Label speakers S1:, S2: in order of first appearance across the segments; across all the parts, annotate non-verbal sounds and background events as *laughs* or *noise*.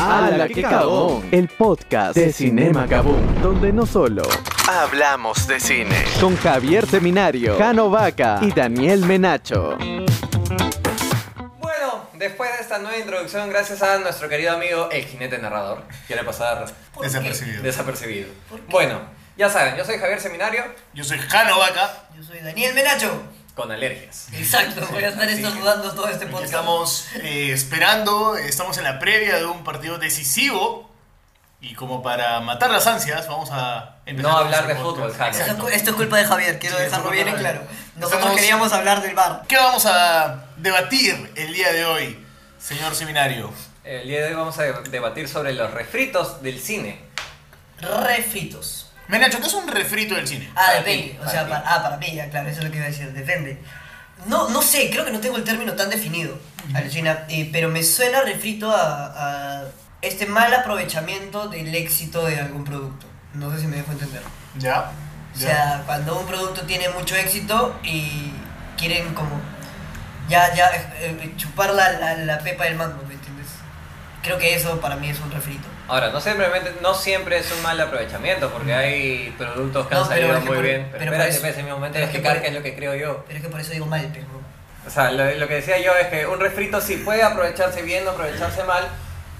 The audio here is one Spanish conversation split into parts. S1: ¡Hala, qué cabón!
S2: El podcast de Cinema Cabum, donde no solo
S1: Hablamos de cine.
S2: con Javier Seminario, Cano Vaca y Daniel Menacho.
S3: Bueno, después de esta nueva introducción, gracias a nuestro querido amigo el jinete narrador, quiere pasar
S4: Desapercibido.
S3: desapercibido. Bueno, ya saben, yo soy Javier Seminario
S4: Yo soy Jano Vaca.
S5: Yo soy Daniel Menacho.
S3: con alergias.
S5: Exacto, voy a estar
S3: así que-
S5: estornudando todo este
S4: Aquí
S5: podcast.
S4: estamos eh, esperando, eh, estamos en la previa de un partido decisivo. Y como para matar las ansias, vamos a empezar.
S3: No
S4: con
S3: hablar de
S4: nuestro
S3: fútbol,
S4: podcast.
S3: Jano.
S4: Exacto.
S5: Esto, esto es culpa de Javier, quiero
S4: Sí,
S5: dejarlo
S4: esto es
S5: bien en
S4: culpa de
S5: claro.
S4: Javier.
S5: Nosotros
S4: Estamos-
S5: queríamos hablar del bar.
S4: ¿Qué vamos a debatir el día de hoy, señor seminario?
S3: El día de hoy vamos a debatir sobre los refritos del cine.
S5: Refritos.
S4: Menacho, ¿qué es un refrito del cine?
S5: Ah,
S3: Para
S5: depende.
S3: ti,
S5: o sea,
S3: para ti.
S5: para, ah, para mí, ya, claro, eso es lo que iba a decir, depende. No, no sé, creo que no tengo el término tan definido, alucina, eh, pero me suena refrito a, a este mal aprovechamiento del éxito de algún producto. No sé si me dejo entender.
S4: Ya.
S5: O
S4: ya.
S5: sea, cuando un producto tiene mucho éxito y quieren como ya, ya eh, eh, chupar la, la, la pepa del mango, ¿me entiendes? Creo que eso para mí es un refrito.
S3: Ahora, no simplemente, no siempre es un mal aprovechamiento, porque hay productos que
S5: Mm. No,
S3: han
S5: pero
S3: salido
S5: es que
S3: muy
S5: por-
S3: bien. Pero,
S5: pero por
S3: espérate,
S5: eso-
S3: espérate, mi momento de
S5: pero es que
S3: explicar
S5: por-
S3: qué es lo que creo yo.
S5: Pero es que por eso digo mal, pero no.
S3: O sea, lo, lo que decía yo es que un refrito sí puede aprovecharse bien o aprovecharse mal,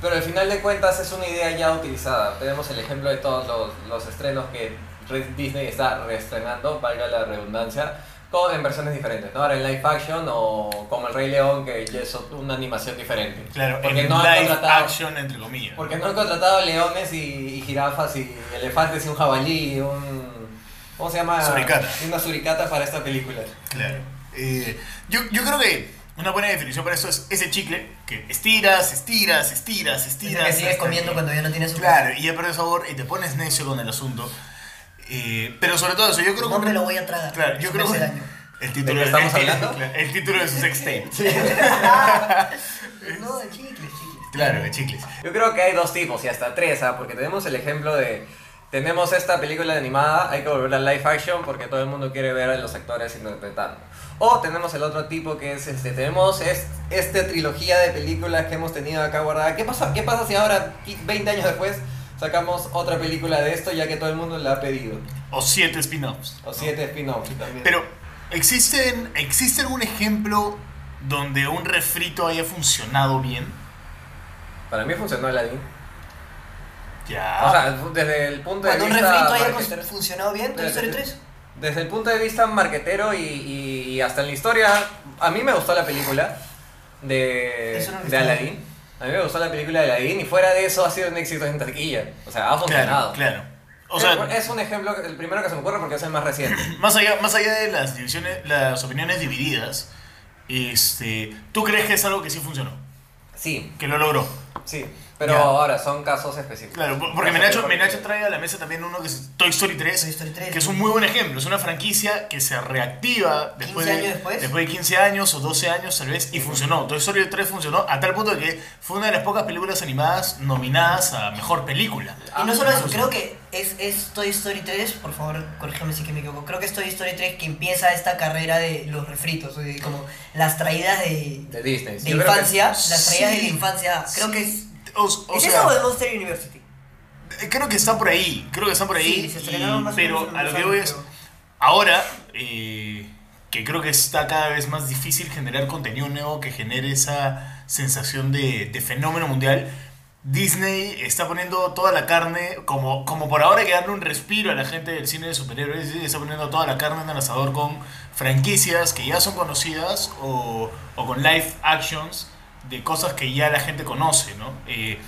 S3: pero al final de cuentas es una idea ya utilizada. Tenemos el ejemplo de todos los, los estrenos que re- Disney está reestrenando, valga la redundancia, con, en versiones diferentes. ¿no? Ahora en live action o como el Rey León, que ya es ot- una animación diferente.
S4: Claro,
S3: porque
S4: en
S3: no han
S4: live
S3: contratado-
S4: action, entre comillas.
S3: Porque no han contratado leones y, y jirafas y elefantes y un jabalí y un... ¿Cómo se llama?
S4: Suricata.
S3: Una suricata para esta película.
S4: Claro. Eh, yo, yo creo que una buena definición para esto es ese chicle que estiras, estiras, estiras,
S5: O
S4: estiras.
S5: sea, que sigues
S4: hasta
S5: comiendo
S4: que-
S5: cuando ya no tienes un
S4: Claro, y ya pierde sabor y te pones necio con el asunto. Eh, pero sobre todo eso, yo creo
S5: No
S4: que.
S5: me lo voy a tragar.
S4: Claro, yo
S5: Eso
S4: creo
S5: me
S4: que.
S5: hace daño.
S4: El
S3: ¿De
S4: título
S3: qué
S4: *laughs*
S3: estamos
S4: el-
S3: hablando?
S4: claro, El título de su sextape.
S5: No, de chicles, chicles.
S4: *laughs* Claro, de chicles.
S3: Yo creo que hay dos tipos y hasta tres, ¿ah? porque tenemos el ejemplo de. Tenemos esta película animada, hay que volver a live action porque todo el mundo quiere ver a los actores interpretando. O tenemos el otro tipo que es este, tenemos es, esta trilogía de películas que hemos tenido acá guardada. ¿Qué pasa, ¿Qué pasa si ahora, 20 años después, sacamos otra película de esto ya que todo el mundo la ha pedido?
S4: O siete spin-offs.
S3: O siete spin-offs también.
S4: Pero, ¿existen, ¿existe algún ejemplo donde un refrito haya funcionado bien?
S3: Para mí funcionó Aladdin.
S4: Ya.
S3: O sea, desde el punto de
S5: Ah. Cuando un
S3: vista...
S5: refrito haya
S3: marketero-
S5: cons- funcionado bien, Toy Story 3.
S3: Desde el punto de vista marquetero y, y hasta en la historia, a mí me gustó la película de,
S5: Eso no lo
S3: de
S5: estaba.
S3: Aladdin. A mí me gustó la película de Aladdin y fuera de eso ha sido un éxito en taquilla. O sea, ha
S4: claro,
S3: funcionado.
S4: claro. O
S3: Pero
S4: sea,
S3: es un ejemplo, el primero que se me ocurre porque es el más reciente.
S4: Más allá, más allá de las divisiones, las opiniones divididas, este, ¿tú crees que es algo que sí funcionó?
S3: Sí,
S4: Que lo logró.
S3: sí. Pero
S4: Ya.
S3: ahora son casos específicos.
S4: Claro, por- porque Menacho, Menacho trae a la mesa también uno que es Toy Story 3,
S5: Toy Story 3,
S4: que es
S5: ¿no?
S4: un muy buen ejemplo. Es una franquicia que se reactiva después,
S5: 15
S4: de,
S5: años después.
S4: de 15 años o 12 años tal vez, y funcionó. Toy Story 3 funcionó a tal punto de que fue una de las pocas películas animadas nominadas a Mejor Película.
S5: Y no solo eso,
S4: Ah,
S5: creo que es, es Toy Story 3, por favor, corrígeme si que me equivoco, creo que es Toy Story 3 que empieza esta carrera de los refritos, de como las traídas de,
S3: De Disney.
S5: de
S3: Yo creo que-
S5: infancia, las traídas de
S4: sí,
S5: la infancia, creo que es...
S4: O, o
S5: ¿Es
S4: sea-
S5: eso o de Monster University?
S4: Eh, Creo que están por ahí, creo que están por ahí.
S5: Sí, se estrenaron
S4: y-
S5: más o menos
S4: pero
S5: en
S4: a lo
S5: los
S4: que voy
S5: años,
S4: es,
S5: creo.
S4: ahora, eh, que creo que está cada vez más difícil generar contenido nuevo que genere esa sensación de, de fenómeno mundial, Disney está poniendo toda la carne, como, como por ahora hay que darle un respiro a la gente del cine de superhéroes, Disney está poniendo toda la carne en el asador con franquicias que ya son conocidas o, o con live actions de cosas que ya la gente conoce, ¿no? Eh,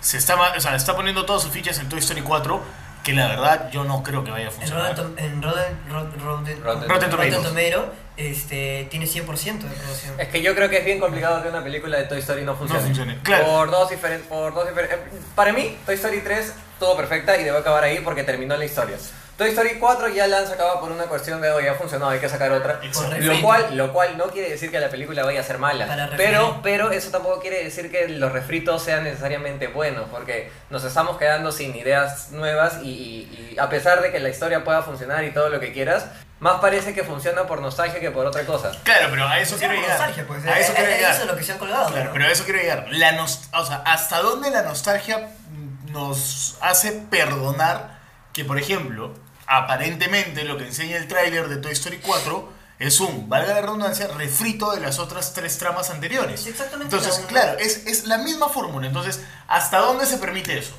S4: se está, ma- o sea, está poniendo todas sus fichas en Toy Story 4, que la verdad yo no creo que vaya a
S5: En
S4: funcionar.
S5: Rotten, Tom- en Rotten, Rotten, Rotten,
S3: Rotten
S4: Rotten Tomatoes.
S5: Tomato, este, tiene 100% de aprobación.
S3: Es que yo creo que es bien complicado que una película de Toy Story no funcione.
S4: funcione, claro.
S3: Por dos diferentes. Por dos diferen- eh, Para mí, Toy Story 3 todo perfecta y debo acabar ahí porque terminó la historia. Toy Story 4 ya la han sacado por una cuestión de hoy, ha funcionado, hay que sacar otra.
S4: Exacto.
S5: Correcto.
S3: Lo cual, lo cual no quiere decir que la película vaya a ser
S5: Para
S3: mala.
S5: referir.
S3: Pero, pero eso tampoco quiere decir que los refritos sean necesariamente buenos, porque nos estamos quedando sin ideas nuevas y, y- y a pesar de que la historia pueda funcionar y todo lo que quieras, más parece que funciona por nostalgia que por otra cosa.
S4: Claro, pero a eso
S5: Funciona
S4: quiero
S5: por
S4: llegar.
S5: nostalgia, pues,
S4: a eso
S5: eh,
S4: quiero
S5: eh,
S4: llegar.
S5: eso es lo que se han colgado,
S4: Claro,
S5: ¿no?
S4: pero a eso quiero llegar. La nos- o sea, ¿hasta dónde la nostalgia nos hace perdonar que, por ejemplo, aparentemente lo que enseña el tráiler de Toy Story 4 es un, valga la redundancia, refrito de las otras tres tramas anteriores?
S5: Es exactamente
S4: Entonces,
S5: la-
S4: claro, es, es la misma fórmula. Entonces, ¿hasta dónde se permite eso?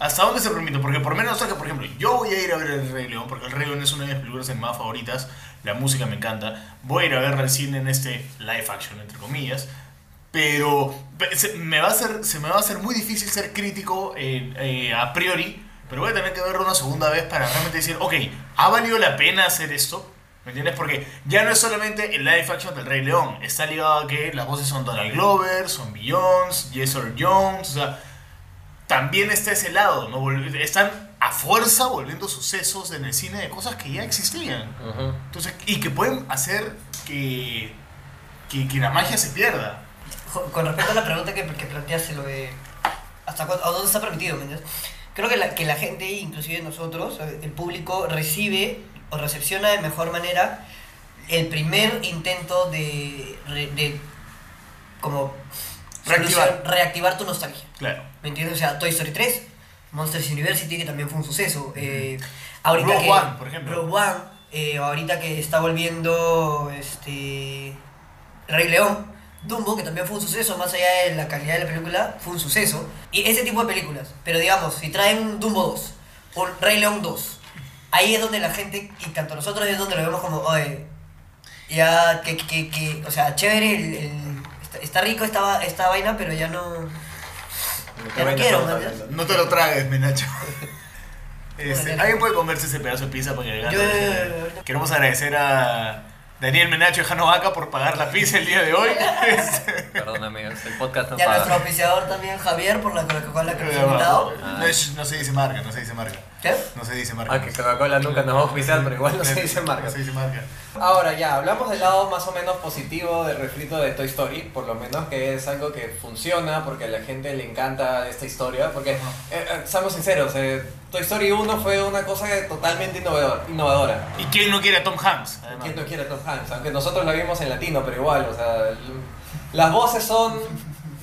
S4: ¿Hasta dónde se permite? Porque por menos que, por ejemplo, yo voy a ir a ver El Rey León, porque El Rey León es una de mis películas más favoritas, la música me encanta, voy a ir a verla al cine en este live action, entre comillas, pero pe- se me va a hacer, se me va a hacer muy difícil ser crítico eh, eh, a priori, pero voy a tener que verlo una segunda vez para realmente decir, ok, ¿ha valido la pena hacer esto? ¿Me entiendes? Porque ya no es solamente el live action del Rey León, está ligado a que las voces son Donald Glover, son Beyoncé, Jess Earl Jones, o sea también está ese lado, ¿no? Vol- Están a fuerza volviendo sucesos en el cine de cosas que ya existían. Entonces, y que pueden hacer que, que, que la magia se pierda.
S5: Jo- Con respecto a la pregunta que, que planteaste, lo de hasta cuándo, a dónde está permitido, ¿me entiendes? Creo que la, que la gente, inclusive nosotros, eh, el público, recibe o recepciona de mejor manera el primer intento de, re- de como
S4: Reactivar.
S5: solución- reactivar tu nostalgia.
S4: Claro.
S5: ¿Me entiendes? O sea, Toy Story 3, Monsters University, que también fue un suceso. eh, ahorita
S4: Rogue
S5: que,
S4: One, por ejemplo.
S5: Rogue One, eh, ahorita que está volviendo este Rey León, Dumbo, que también fue un suceso, más allá de la calidad de la película, fue un suceso. Y ese tipo de películas. Pero digamos, si traen un Dumbo 2 o un Rey León 2, ahí es donde la gente, y tanto nosotros es donde lo vemos como, oye, ya, que, que, que, o sea, chévere, el- el- está, está rico esta, va- esta vaina, pero ya no... Ya no quiero, man, ya.
S4: No te lo tragues, Menacho. Este, Alguien puede comerse ese pedazo de pizza para que
S5: Yo-
S4: le Queremos agradecer a Daniel Menacho y Jano Vaca por pagar la pizza el día de hoy. Este,
S3: Perdón, amigos, el podcast no
S5: Y a nuestro
S3: paga.
S5: auspiciador también, Javier, por la Coca-Cola que nos ha invitado.
S4: no, es- no se dice marca, no se dice marca.
S5: ¿Qué?
S4: No se dice marca.
S3: Ah, que Coca-Cola nunca nos va a auspiciar, pero igual *laughs* no se dice marca.
S4: No se dice marca.
S3: Ahora ya, hablamos del lado más o menos positivo del refrito de Toy Story, por lo menos que es algo que funciona porque a la gente le encanta esta historia, porque eh, eh, seamos sinceros, eh, Toy Story 1 fue una cosa totalmente innovador- innovadora.
S4: ¿Y quién no quiere a Tom Hanks? además?
S3: ¿Quién no quiere a Tom Hanks? Aunque nosotros la vimos en latino, pero igual, o sea, l- las voces son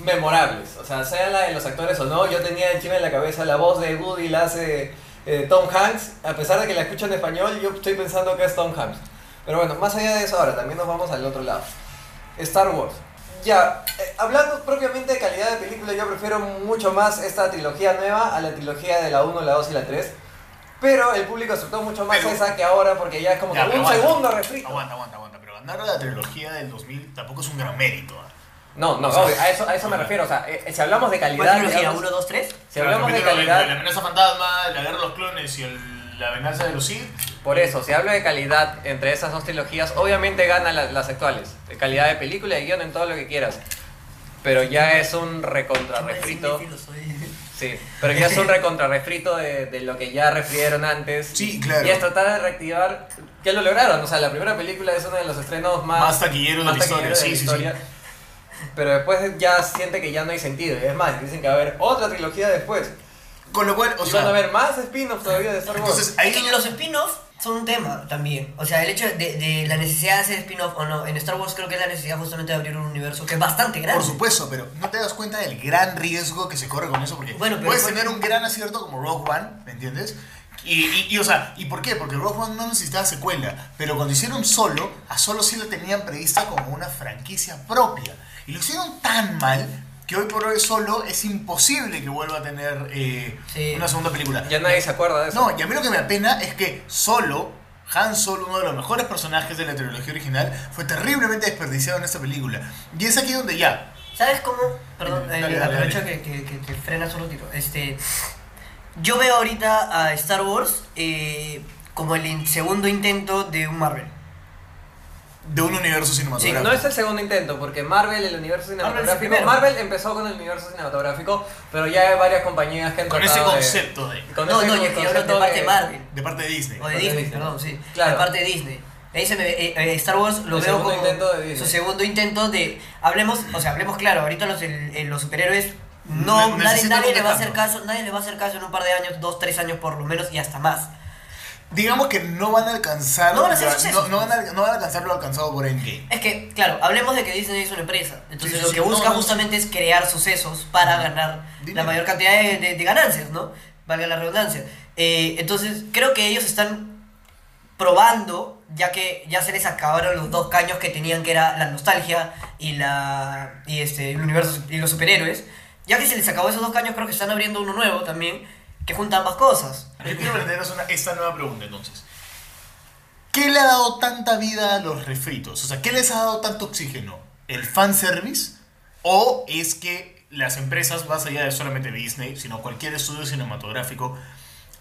S3: memorables, o sea, sea la de los actores o no, yo tenía encima de la cabeza la voz de Woody, la hace eh, Tom Hanks, a pesar de que la escucho en español, yo estoy pensando que es Tom Hanks. Pero bueno, más allá de eso, ahora también nos vamos al otro lado. Star Wars. Ya, eh, hablando propiamente de calidad de película, yo prefiero mucho más esta trilogía nueva a la trilogía de la 1, la 2 y la 3. Pero el público aceptó mucho más
S4: Pero-
S3: esa que ahora porque ya es como
S4: Ya,
S3: que
S4: pero
S3: un
S4: aguanta.
S3: segundo refrito.
S4: Aguanta, aguanta, aguanta. Pero ganar la trilogía del 2000 tampoco es un gran mérito. ¿ah?
S3: No, no,
S4: O sea,
S3: obvio, a eso, a eso me refiero. O sea, eh, eh, si hablamos de
S5: ¿Cuál
S3: calidad,
S5: trilogía?
S3: digamos,
S5: ¿Uno, dos, tres?
S3: si hablamos
S4: Pero
S3: de
S4: el capítulo de- de La
S3: calidad,
S4: amenaza fantasma, la guerra de los clones y el- la venganza de los Sith.
S3: por eso, si hablo de calidad entre esas dos trilogías, obviamente gana la- las actuales. De calidad de película, de guión, en todo lo que quieras. Pero ya es un recontrarrefrito.
S5: *laughs*
S3: Sí, pero ya *laughs* es un recontrarrefrito de, de lo que ya refrieron antes.
S4: Sí, claro.
S3: Y es tratar de reactivar. Ya lo lograron, o sea, la primera película es uno de los estrenos más.
S4: Más taquillero de la historia,
S3: taquillero
S4: sí, sí, sí.
S3: Pero después ya siente que ya no hay sentido. Y es más, dicen que va a haber otra trilogía después.
S4: Con lo cual, o
S3: y
S4: sea,
S3: van a haber más spin-offs todavía de Star Wars.
S4: entonces
S5: Hay
S4: ahí
S5: que los spin-offs son un tema también. O sea, el hecho de, de la necesidad de hacer spin-off o no. En Star Wars creo que es la necesidad justamente de abrir un universo que es bastante grande.
S4: Por supuesto, pero no te das cuenta del gran riesgo que se corre con eso, porque
S5: Bueno, pero
S4: puedes
S5: fue-
S4: tener un gran acierto como Rogue One, ¿me entiendes? Y, y, y, o sea, ¿y por qué? Porque Rogue One no necesitaba secuela, pero cuando hicieron Solo, a Solo sí lo tenían prevista como una franquicia propia. Y lo hicieron tan mal que hoy por hoy Solo es imposible que vuelva a tener eh,
S5: Sí.
S4: una segunda película.
S3: Ya nadie se acuerda de eso.
S4: No, y a mí lo que me apena es que Solo, Han Solo, uno de los mejores personajes de la trilogía original, fue terriblemente desperdiciado en esta película. Y es aquí donde ya,
S5: ¿Sabes cómo? Perdón,
S4: Dale,
S5: eh,
S4: dale,
S5: aprovecho
S4: dale.
S5: Que, que, que te frenas un ratito. Este, yo veo ahorita a Star Wars eh, como el in- segundo intento de un Marvel.
S4: de un universo
S3: Sí,
S4: cinematográfico.
S3: no es el segundo intento, porque Marvel, el universo cinematográfico.
S5: primero.
S3: Marvel, empezó con el universo cinematográfico, pero ya hay varias compañías que han
S4: Con ese
S5: eh.
S3: tratado de-
S4: concepto de,
S3: con
S5: no,
S3: ese
S5: no, yo yo hablo de
S3: concepto
S5: parte de Marvel.
S4: de parte de Disney.
S5: O de
S3: Parte de
S5: Disney,
S3: Disney.
S5: perdón, sí.
S3: Claro.
S5: De parte de Disney. Ahí se me, eh, eh, Star Wars lo
S3: El
S5: veo
S3: segundo
S5: como
S3: intento de Disney.
S5: su segundo intento de... Hablemos, o sea, hablemos claro, ahorita los, el- el- los superhéroes... No,
S4: Ne-
S5: nadie,
S4: necesitan
S5: nadie
S4: un
S5: le va a hacer
S4: descanso.
S5: caso, nadie le va a hacer caso en un par de años, dos, tres años por lo menos y hasta más.
S4: digamos que no van a alcanzar
S5: No van a ser
S4: la-
S5: sucesos.
S4: no- no van a- no van a alcanzar lo alcanzado por Endgame.
S5: Es que, claro, hablemos de que Disney es una empresa. Entonces
S4: Sí, sí,
S5: lo
S4: sí,
S5: que
S4: no,
S5: busca
S4: no,
S5: justamente es crear sucesos para ganar
S4: Dinero.
S5: la mayor cantidad de, de- de ganancias, ¿no? Valga la redundancia. Eh, entonces, creo que ellos están probando, ya que ya se les acabaron los dos caños que tenían, que era la nostalgia y la y este el universo y los superhéroes. Ya que se les acabó esos dos caños, creo que están abriendo uno nuevo también, que junta ambas cosas.
S4: Yo quiero plantearos una- esta nueva pregunta entonces. ¿Qué le ha dado tanta vida a los refritos? O sea, ¿qué les ha dado tanto oxígeno? ¿El fanservice? ¿O es que las empresas, más allá de solamente Disney, sino cualquier estudio cinematográfico,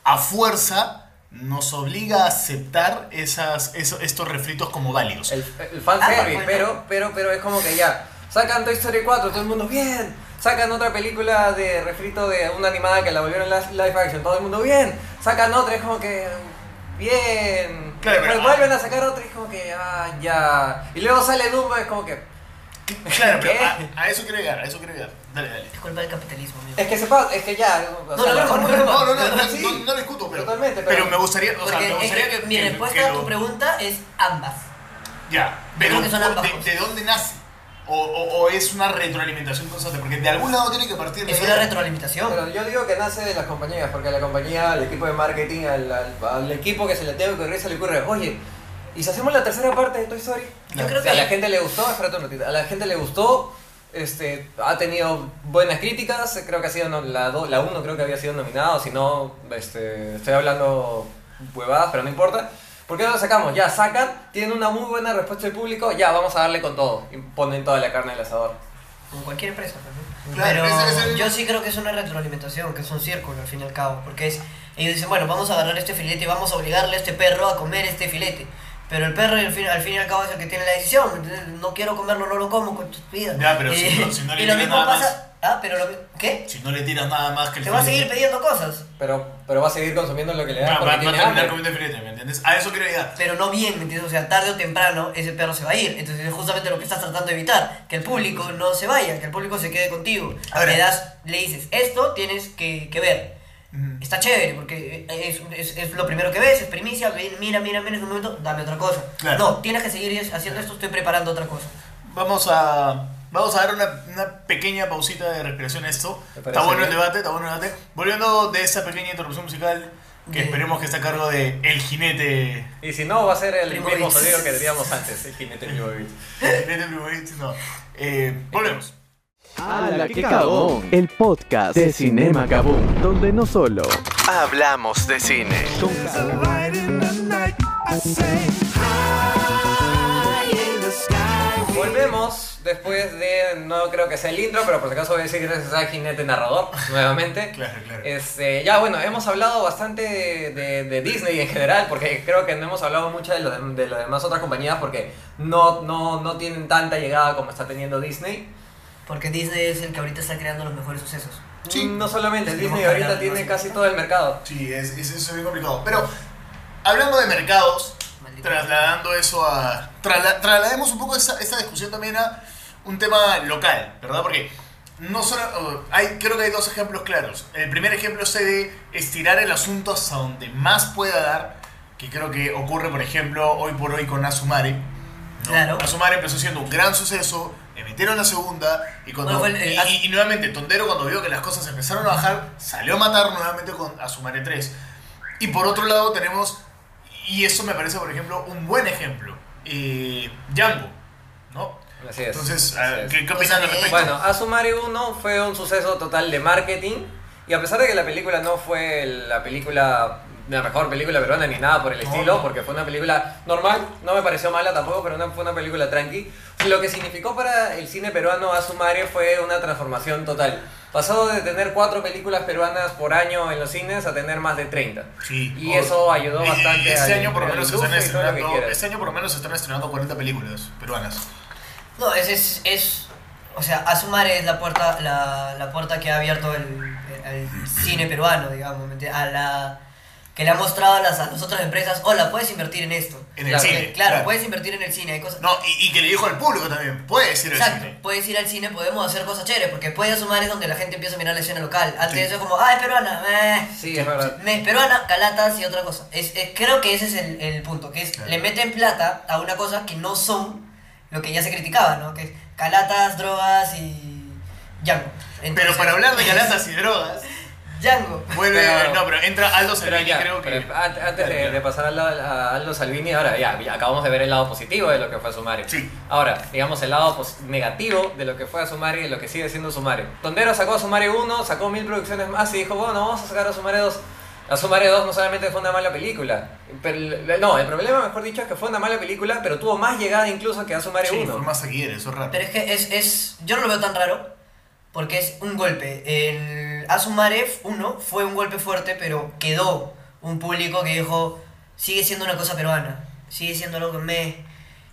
S4: a fuerza nos obliga a aceptar esas, eso- estos refritos como válidos?
S3: El, el fanservice,
S5: Ah, bueno.
S3: pero, pero, pero es como que ya. Sacan Toy Story 4, todo el mundo bien. Sacan otra película de refrito de una animada que la volvieron la- live action, todo el mundo bien. Sacan otra, es como que. Bien.
S4: Claro,
S3: Después
S4: pero- ah.
S3: vuelven a sacar otra, y es como que. Ah, ya. Y luego sale Dumbo, es como que.
S4: Claro, pero
S3: ¿Qué?
S4: a, a eso quiero llegar, a eso quiero llegar. Dale, dale.
S5: Es culpa del capitalismo, amigo.
S3: Es que se pasa, es que ya. o
S5: No,
S3: sea,
S5: no,
S3: la-
S5: no, no,
S4: No, no, no, no,
S3: Sí.
S4: no, no lo discuto, pero,
S3: Totalmente, pero-
S4: pero me gustaría, o sea,
S5: Porque
S4: me
S5: es
S4: gustaría
S5: que
S4: que,
S5: mi
S4: que-
S5: respuesta
S4: que
S5: a tu
S4: lo-
S5: pregunta es ambas.
S4: Ya, pero
S5: Creo que son ambas
S4: ¿de,
S5: cosas.
S4: de dónde nace? O, o- o es una retroalimentación constante? Porque de algún lado tiene que partir. la
S5: Es
S4: idea.
S5: una retroalimentación.
S3: Pero yo digo que nace de las compañías, porque a la compañía, al equipo de marketing, al, al- al equipo que se le tenga que ocurrir, se le ocurre, oye, ¿y si hacemos la tercera parte de Toy Story?
S5: Yo creo
S3: O sea,
S5: que-
S3: a la gente le gustó, espérate un ratito, a la gente le gustó, este, ha tenido buenas críticas, creo que ha sido, no- la 1 la uno creo que había sido nominado, si no, este, estoy hablando huevadas, pero no importa. ¿Por qué no lo sacamos? Ya, sacan, tienen una muy buena respuesta del público, ya, vamos a darle con todo, y ponen toda la carne del asador.
S5: Como cualquier empresa, pues, ¿no?
S4: Claro,
S5: pero
S4: ese es el-
S5: yo sí creo que es una retroalimentación, que es un círculo al fin y al cabo, porque es, ellos dicen, bueno, vamos a agarrar este filete y vamos a obligarle a este perro a comer este filete, pero el perro al fin, al fin y al cabo es el que tiene la decisión, ¿me entiendes? no quiero comerlo, no lo como con tus vidas.
S4: Ya, pero
S5: y,
S4: si no- si no le
S5: *laughs* y lo
S4: tiene
S5: mismo
S4: nada
S5: pasa, ah, pero lo mi- ¿qué?
S4: Si no le tiras nada más que el
S5: Te va a
S4: filete.
S5: seguir pidiendo cosas,
S3: Pero, pero va a seguir consumiendo lo que le
S4: Ya,
S3: dan
S4: va, va
S3: Ah, porque
S4: a
S3: tiene
S4: terminar
S3: hambre.
S4: comiendo el filete, ¿me entiendes? A eso quiero llegar.
S5: pero no bien, ¿me entiendes? O sea, tarde o temprano ese perro se va a ir, entonces es justamente lo que estás tratando de evitar, que el público no se vaya, que el público se quede contigo,
S4: Ahora-
S5: le das, le dices, esto tienes que, que ver.
S4: Mm.
S5: Está chévere, porque eh, es, es- es lo primero que ves, es primicia, ven, mira, mira, mira, es un momento, dame otra cosa.
S4: Claro.
S5: No, tienes que seguir haciendo esto, estoy preparando otra cosa.
S4: Vamos a. Vamos a dar una, una pequeña pausita de respiración a esto.
S3: Me parece
S4: Está bueno el
S3: bien.
S4: debate, está bueno el debate. Volviendo de esta pequeña interrupción musical, que
S5: Bien.
S4: esperemos que está a cargo de El Jinete.
S3: Y si no, va a ser el
S5: Primo
S3: mismo
S5: Beats.
S3: sonido que teníamos antes, el jinete Primo Beats.
S4: El Jinete Primerito, no. Eh, volvemos.
S2: ¡Hala, qué cabón! El podcast de Cinema Cabón, donde no solo
S1: Hablamos de cine.
S3: Volvemos después de, no creo que sea el intro, pero por si acaso voy a decir gracias a Jinete Narrador nuevamente.
S4: Claro, claro.
S3: Este, ya bueno, hemos hablado bastante de, de- de Disney en general, porque creo que no hemos hablado mucho de, lo dem- de las demás otras compañías, porque no, no, no tienen tanta llegada como está teniendo Disney.
S5: Porque Disney es el que ahorita está creando los mejores sucesos.
S4: Sí.
S3: No solamente,
S5: Sí,
S3: Disney
S5: hemos
S3: ahorita
S5: cargado,
S3: tiene
S5: ¿no?
S3: casi todo el mercado.
S4: Sí, es, es, es bien complicado. Pero hablando de mercados,
S5: Maldito.
S4: trasladando eso a. trasla- traslademos un poco esta, esta discusión también a un tema local, ¿verdad? Porque no solo. o, Hay, creo que hay dos ejemplos claros. El primer ejemplo es de estirar el asunto hasta donde más pueda dar, que creo que ocurre, por ejemplo, hoy por hoy con Asumare. ¿no?
S5: Claro.
S4: Asumare empezó siendo un gran suceso, le metieron la segunda y cuando.
S5: Bueno, fue el-
S4: y-
S5: el-
S4: y- y nuevamente, Tondero cuando vio que las cosas empezaron a bajar, salió a matar nuevamente con a Sumare 3. Y por otro lado tenemos, y eso me parece, por ejemplo, un buen ejemplo, eh, Django, ¿no?
S3: Así es.
S4: Entonces,
S3: Así
S4: ah,
S3: es.
S4: ¿qué, qué opinan al respecto?
S3: Bueno, Asumari 1 fue un suceso total de marketing y a pesar de que la película no fue la película la mejor película peruana ni nada por el
S4: No,
S3: estilo,
S4: no.
S3: porque fue una película normal, no me pareció mala tampoco, pero no fue una película tranqui. Lo que significó para el cine peruano Asumari fue una transformación total. Pasó de tener cuatro películas peruanas por año en los cines a tener más de 30.
S4: Sí.
S3: y eso ayudó
S4: Y- y
S3: bastante
S4: Este
S3: al-
S4: año por lo
S3: a la
S4: menos se
S3: industria
S4: están
S3: y todo lo que
S4: estrenando,
S3: quieras.
S4: este año por lo menos se están estrenando 40 películas peruanas.
S5: No, es, es, es- o sea, Asumar es la puerta, la, la puerta que ha abierto el, el- el cine peruano, digamos, ¿me entiendes? a la, que le han mostrado a las, a las otras empresas, hola, puedes invertir en esto.
S4: En el
S5: claro,
S4: cine,
S5: eh, Claro,
S4: claro.
S5: puedes invertir en el cine, hay cosas...
S4: No, y, y que le dijo al público también, puedes ir al
S5: Exacto,
S4: cine.
S5: puedes ir al cine, podemos hacer cosas chéveres, porque puedes sumar es donde la gente empieza a mirar la escena local. Antes
S4: Sí.
S5: eso es como, ah, es peruana, meh.
S3: Sí, es verdad.
S5: Me peruana, calatas y otra cosa. Es, es- creo que ese es el, el punto, que es
S4: Claro.
S5: le meten plata a una cosa que no son lo que ya se criticaba, ¿no? Que es calatas, drogas y Django.
S4: Pero para hablar de galatas y drogas,
S5: *laughs* Django.
S4: vuelve.
S3: Pero-
S4: no, pero entra Aldo
S3: Pero
S4: Cervini,
S3: ya,
S4: creo que.
S3: pero ah, an- antes de, de pasar al lado- a Aldo Salvini, ahora ya, ya acabamos de ver el lado positivo de lo que fue Sumari.
S4: Sí.
S3: Ahora, digamos el lado pos- negativo de lo que fue a Sumari y de lo que sigue siendo Sumari. Tondero sacó a Sumari 1, sacó mil producciones más y dijo, bueno, vamos a sacar a Sumari 2. A Sumari 2 no solamente fue una mala película, pero, el- no, el problema, mejor dicho, es que fue una mala película, pero tuvo más llegada incluso que a Sumari
S4: Sí,
S3: 1.
S4: fue más seguir, eso es raro.
S5: Pero es que es, es. Yo no lo veo tan raro. Porque es un golpe. El Azumare 1 fue un golpe fuerte, pero quedó un público que dijo. Sigue siendo una cosa peruana. Sigue siendo algo que me.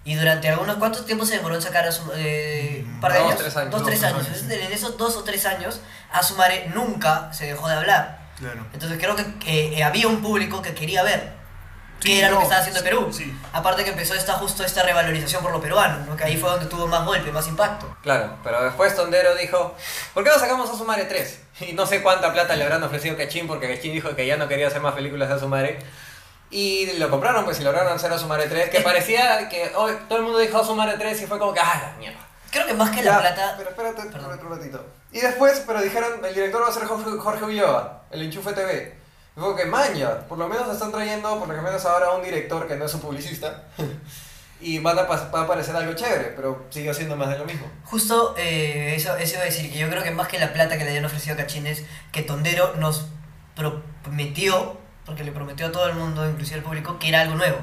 S5: Y durante algunos. ¿Cuántos tiempos se demoró en sacar a un par de
S3: Dos,
S5: años?
S3: tres años.
S5: Dos,
S4: Dos,
S5: tres
S4: tres
S5: años.
S4: años.
S5: Entonces, en esos dos o tres años, Azumare nunca se dejó de hablar.
S4: Claro.
S5: Entonces creo que, que, eh, había un público que quería ver
S4: Sí,
S5: qué era lo
S4: no,
S5: que estaba haciendo
S4: sí,
S5: Perú.
S4: sí.
S5: Aparte que empezó esta, justo esta revalorización por lo peruano, ¿no? que ahí fue donde tuvo más golpe, más impacto.
S3: Claro, pero después Tondero dijo, ¿por qué no sacamos a su madre 3? *laughs* Y no sé cuánta plata le habrán ofrecido Cachín, porque Cachín dijo que ya no quería hacer más películas de su madre. Y lo compraron, pues, y lograron hacer a su madre 3, *laughs* que parecía que hoy todo el mundo dijo a su madre 3 y fue como que, ¡ah, la mierda!
S5: Creo que más que
S3: Ya,
S5: la plata...
S3: Ah, Pero espérate,
S5: Perdón.
S3: espérate un ratito. Y después, pero dijeron, el director va a ser Jorge, Jorge Ulloa, el Enchufe TV. Y fue como que, maña, por lo menos están trayendo, por lo menos ahora, un director que no es un publicista. *laughs* y van a pas- va a parecer algo chévere, pero sigue siendo más de lo mismo.
S5: Justo eh, eso, eso iba a decir, que yo creo que más que la plata que le habían ofrecido a Cachín es que Tondero nos prometió, porque le prometió a todo el mundo, inclusive al público, que era algo nuevo,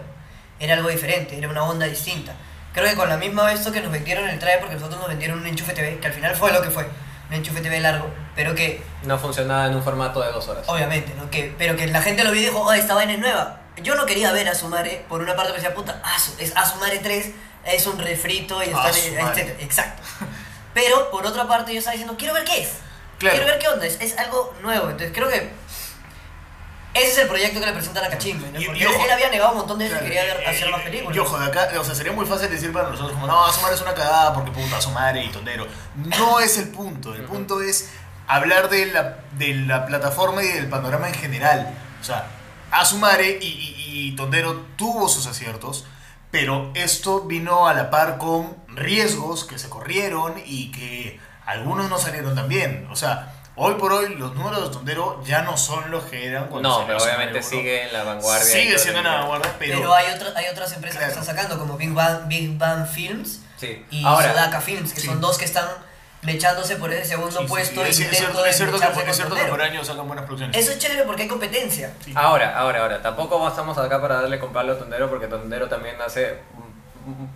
S5: era algo diferente, era una onda distinta. Creo que con la misma esto que nos vendieron el traje, porque nosotros nos vendieron un enchufe TV, que al final fue lo que fue, un enchufe TV largo, pero que
S3: No funcionaba en un formato de dos horas.
S5: Obviamente, ¿no? Que, pero que la gente lo vio y dijo, oh, esta vaina es nueva. Yo no quería ver a su madre, por una parte me decía, puta, Asu, es a su madre 3, es un refrito y está,
S4: Azumare.
S5: etcétera". Exacto. Pero por otra parte yo estaba diciendo, quiero ver qué es.
S4: Claro.
S5: Quiero ver qué onda, es, es algo nuevo. Entonces creo que ese es el proyecto que le presentan a Cachín, ¿no?
S4: Y-
S5: Porque
S4: y
S5: él,
S4: ojo.
S5: él había negado un montón de veces
S4: Claro,
S5: que quería ver-
S4: eh,
S5: hacer más
S4: eh,
S5: películas.
S4: Y ojo, de acá, o sea, sería muy fácil decir para nosotros como, no, Asomar es una cagada porque puta, Asomar y tondero. No es el punto, el punto es hablar de la, de la plataforma y del panorama en general. O sea, Asumare y, y- y Tondero tuvo sus aciertos, pero esto vino a la par con riesgos que se corrieron y que algunos no salieron tan bien. O sea, hoy por hoy los números de Tondero ya no son los que eran cuando
S3: No,
S4: salió
S3: pero
S4: Azumare
S3: obviamente
S4: uno.
S3: sigue en la vanguardia. y
S4: Sigue
S3: todo
S4: siendo
S3: el-
S4: una vanguardia, pero,
S5: pero hay, otra- hay otras empresas que
S4: Claro.
S5: están sacando, como Big Bang, Big Bang Films
S3: Sí.
S5: y
S3: Ahora,
S5: Sodaka Films, que
S4: sí.
S5: son dos que están mechándose por ese segundo
S4: Sí, sí, sí,
S5: puesto. e
S4: es, es
S5: intento
S4: cierto,
S5: de
S4: es cierto
S5: mecharse
S4: que,
S5: con
S4: es cierto que
S5: Tondero.
S4: por año sacan buenas producciones.
S5: Eso es chévere porque hay competencia.
S3: Ahora, ahora, ahora. Tampoco estamos acá para darle con palo a Tondero porque Tondero también hace. *laughs* mm, mm,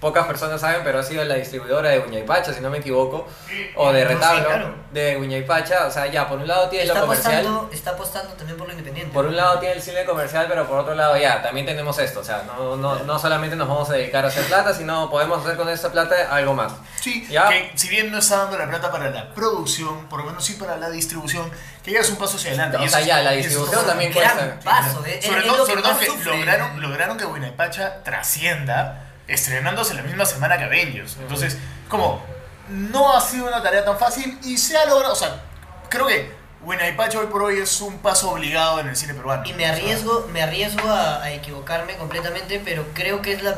S3: Pocas personas saben, pero ha sido la distribuidora de Guñaypacha, si no me equivoco, o de
S5: No, sí,
S3: Retablo,
S5: claro.
S3: de Guñaypacha. O sea, ya, por un lado tiene lo
S5: Está
S3: comercial,
S5: apostando, está apostando también por lo independiente.
S3: por un lado tiene el cine comercial, pero por otro lado, ya, también tenemos esto. O sea, no, no, no solamente nos vamos a dedicar a hacer plata, sino podemos hacer con esta plata algo más.
S4: Sí,
S3: Ya.
S4: que si bien no está dando la plata para la producción, por lo menos sí para la distribución, que ya es un paso hacia adelante.
S3: O
S4: y eso
S3: sea,
S4: es-
S3: ya, la
S4: y eso es
S3: distribución
S4: todo.
S3: también
S5: gran
S3: cuesta.
S5: paso. eh, es-
S4: Sobre
S5: es
S4: todo,
S5: lo que
S4: sobre todo
S5: más
S4: que
S5: sufre.
S4: lograron, lograron que Guinapacha trascienda estrenándose la misma semana que Avengers. Entonces, como, no ha sido una tarea tan fácil y se ha logrado. O sea, creo que Guinapacha hoy por hoy es un paso obligado en el cine peruano.
S5: Y me arriesgo, me arriesgo a, a equivocarme completamente, pero creo que es la,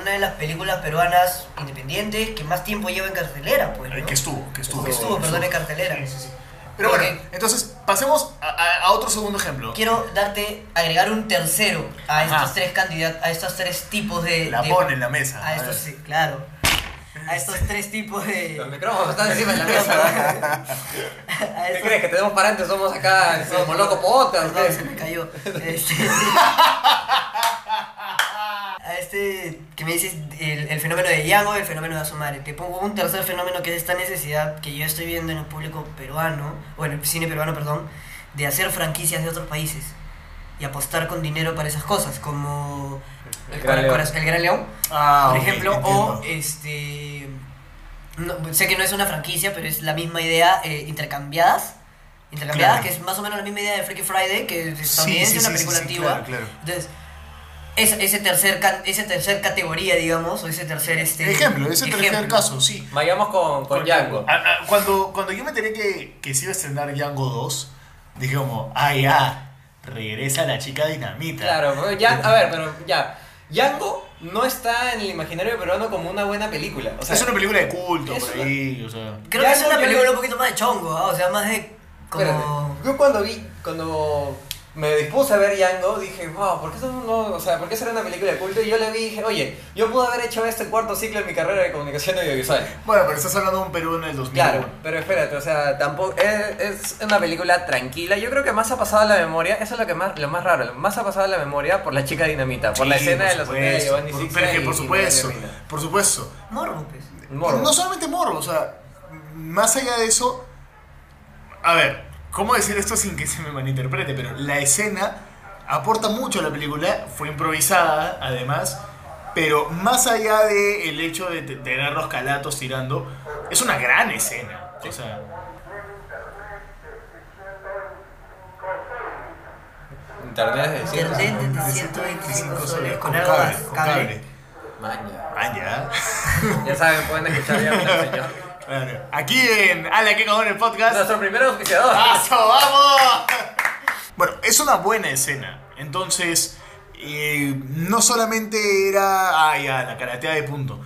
S5: una de las películas peruanas independientes que más tiempo lleva en cartelera. Pues,
S4: Eh,
S5: ¿no?
S4: Que estuvo, que estuvo.
S5: Que estuvo, perdón, en cartelera.
S4: Sí, sí, sí. Pero
S5: Ok.
S4: bueno, entonces pasemos a, a- a otro segundo ejemplo.
S5: Quiero darte, agregar un tercero a
S4: Ajá.
S5: estos tres candidatos, a estos tres tipos de.
S4: La
S5: de-
S4: pone en la mesa.
S5: A estos, Ah, sí, claro. A estos tres tipos *laughs*
S3: Los
S5: de.
S3: micrófonos están encima de *laughs* la mesa.
S5: a
S3: ¿Qué
S5: estos-
S3: crees? ¿Que tenemos parantes? Somos acá, somos locos potas.
S5: Perdón, se me cayó. Este-
S4: *laughs*
S5: a este que me dices el, el fenómeno de Iago, el fenómeno de Asomare. Te pongo un tercer fenómeno que es esta necesidad que yo estoy viendo en el público peruano, o en el cine peruano, perdón, de hacer franquicias de otros países y apostar con dinero para esas cosas, como
S3: El
S5: el,
S3: Gran
S5: Cora-
S3: León.
S5: Coraz- el Gran León,
S4: Ah,
S5: por
S4: ok,
S5: ejemplo, o
S4: entiendo.
S5: este. no, sé que no es una franquicia, pero es la misma idea eh, intercambiadas intercambiadas,
S4: Claro.
S5: que es más o menos la misma idea de Freaky Friday, que es estadounidense,
S4: sí,
S5: una
S4: sí,
S5: película
S4: sí, sí,
S5: antigua.
S4: claro, claro.
S5: Entonces, es- ese tercer, ca- ese tercer categoría, digamos, o ese tercer... Este,
S4: Ejemplo, ese tercer
S5: ejemplo.
S4: caso, sí.
S3: Vayamos con, con Django.
S4: Ah, ah, cuando, cuando yo me enteré que, que se iba a estrenar Django 2, dije como, ah, ya, regresa la chica dinamita.
S3: Claro, pero ya, a ver, pero ya. Django no está en el imaginario peruano como una buena película. O sea,
S4: es una película de culto,
S3: es
S4: por
S3: una-
S4: ahí, o sea.
S5: Creo
S3: Ya,
S5: que es
S3: no,
S5: una
S3: yo-
S5: película un poquito más de chongo, ¿ah? o sea, más de como...
S3: espérate. Yo cuando vi, cuando me dispuse a ver Django, dije, wow, ¿por qué esto no, o sea, ¿por qué será una película de culto? Y yo le vi, dije, oye, yo pude haber hecho este cuarto ciclo en mi carrera de comunicación audiovisual.
S4: Bueno, pero estás hablando de un Perú en el 2001.
S3: Claro, pero espérate, o sea, tampoco es, es una película tranquila. Yo creo que más ha pasado a la memoria, eso es lo que más lo más raro, lo más ha pasado a la memoria por la chica dinamita, por la
S4: Sí,
S3: escena
S4: por
S3: de los hoteles de
S4: supuesto,
S3: Giovanni
S4: por-
S3: Sixia
S4: pero es que
S3: y-
S4: por
S3: y
S4: supuesto,
S3: María Reina.
S4: por supuesto.
S5: Morbo, pues.
S3: Morbo.
S4: No solamente morbo, o sea, más allá de eso, a ver, ¿cómo decir esto sin que se me malinterprete? Pero la escena aporta mucho a la película, fue improvisada además, pero más allá del hecho de te- tener los calatos tirando, es una gran escena. O sea,
S3: Internet de
S5: Internet de
S4: 25
S5: 125 soles,
S4: con
S5: con algo
S4: cable,
S5: más,
S4: con
S5: cable.
S4: cable.
S3: Maña.
S4: Ah, ya.
S3: Ya saben, pueden escuchar ya al señor.
S4: *laughs* Claro. Aquí en Ala que cagón el podcast.
S3: Nuestro primer auspiciador.
S4: *laughs* ¡Paso, vamos! Bueno, es una buena escena. Entonces, eh, no solamente era. Ah, ya, la karatea de punto.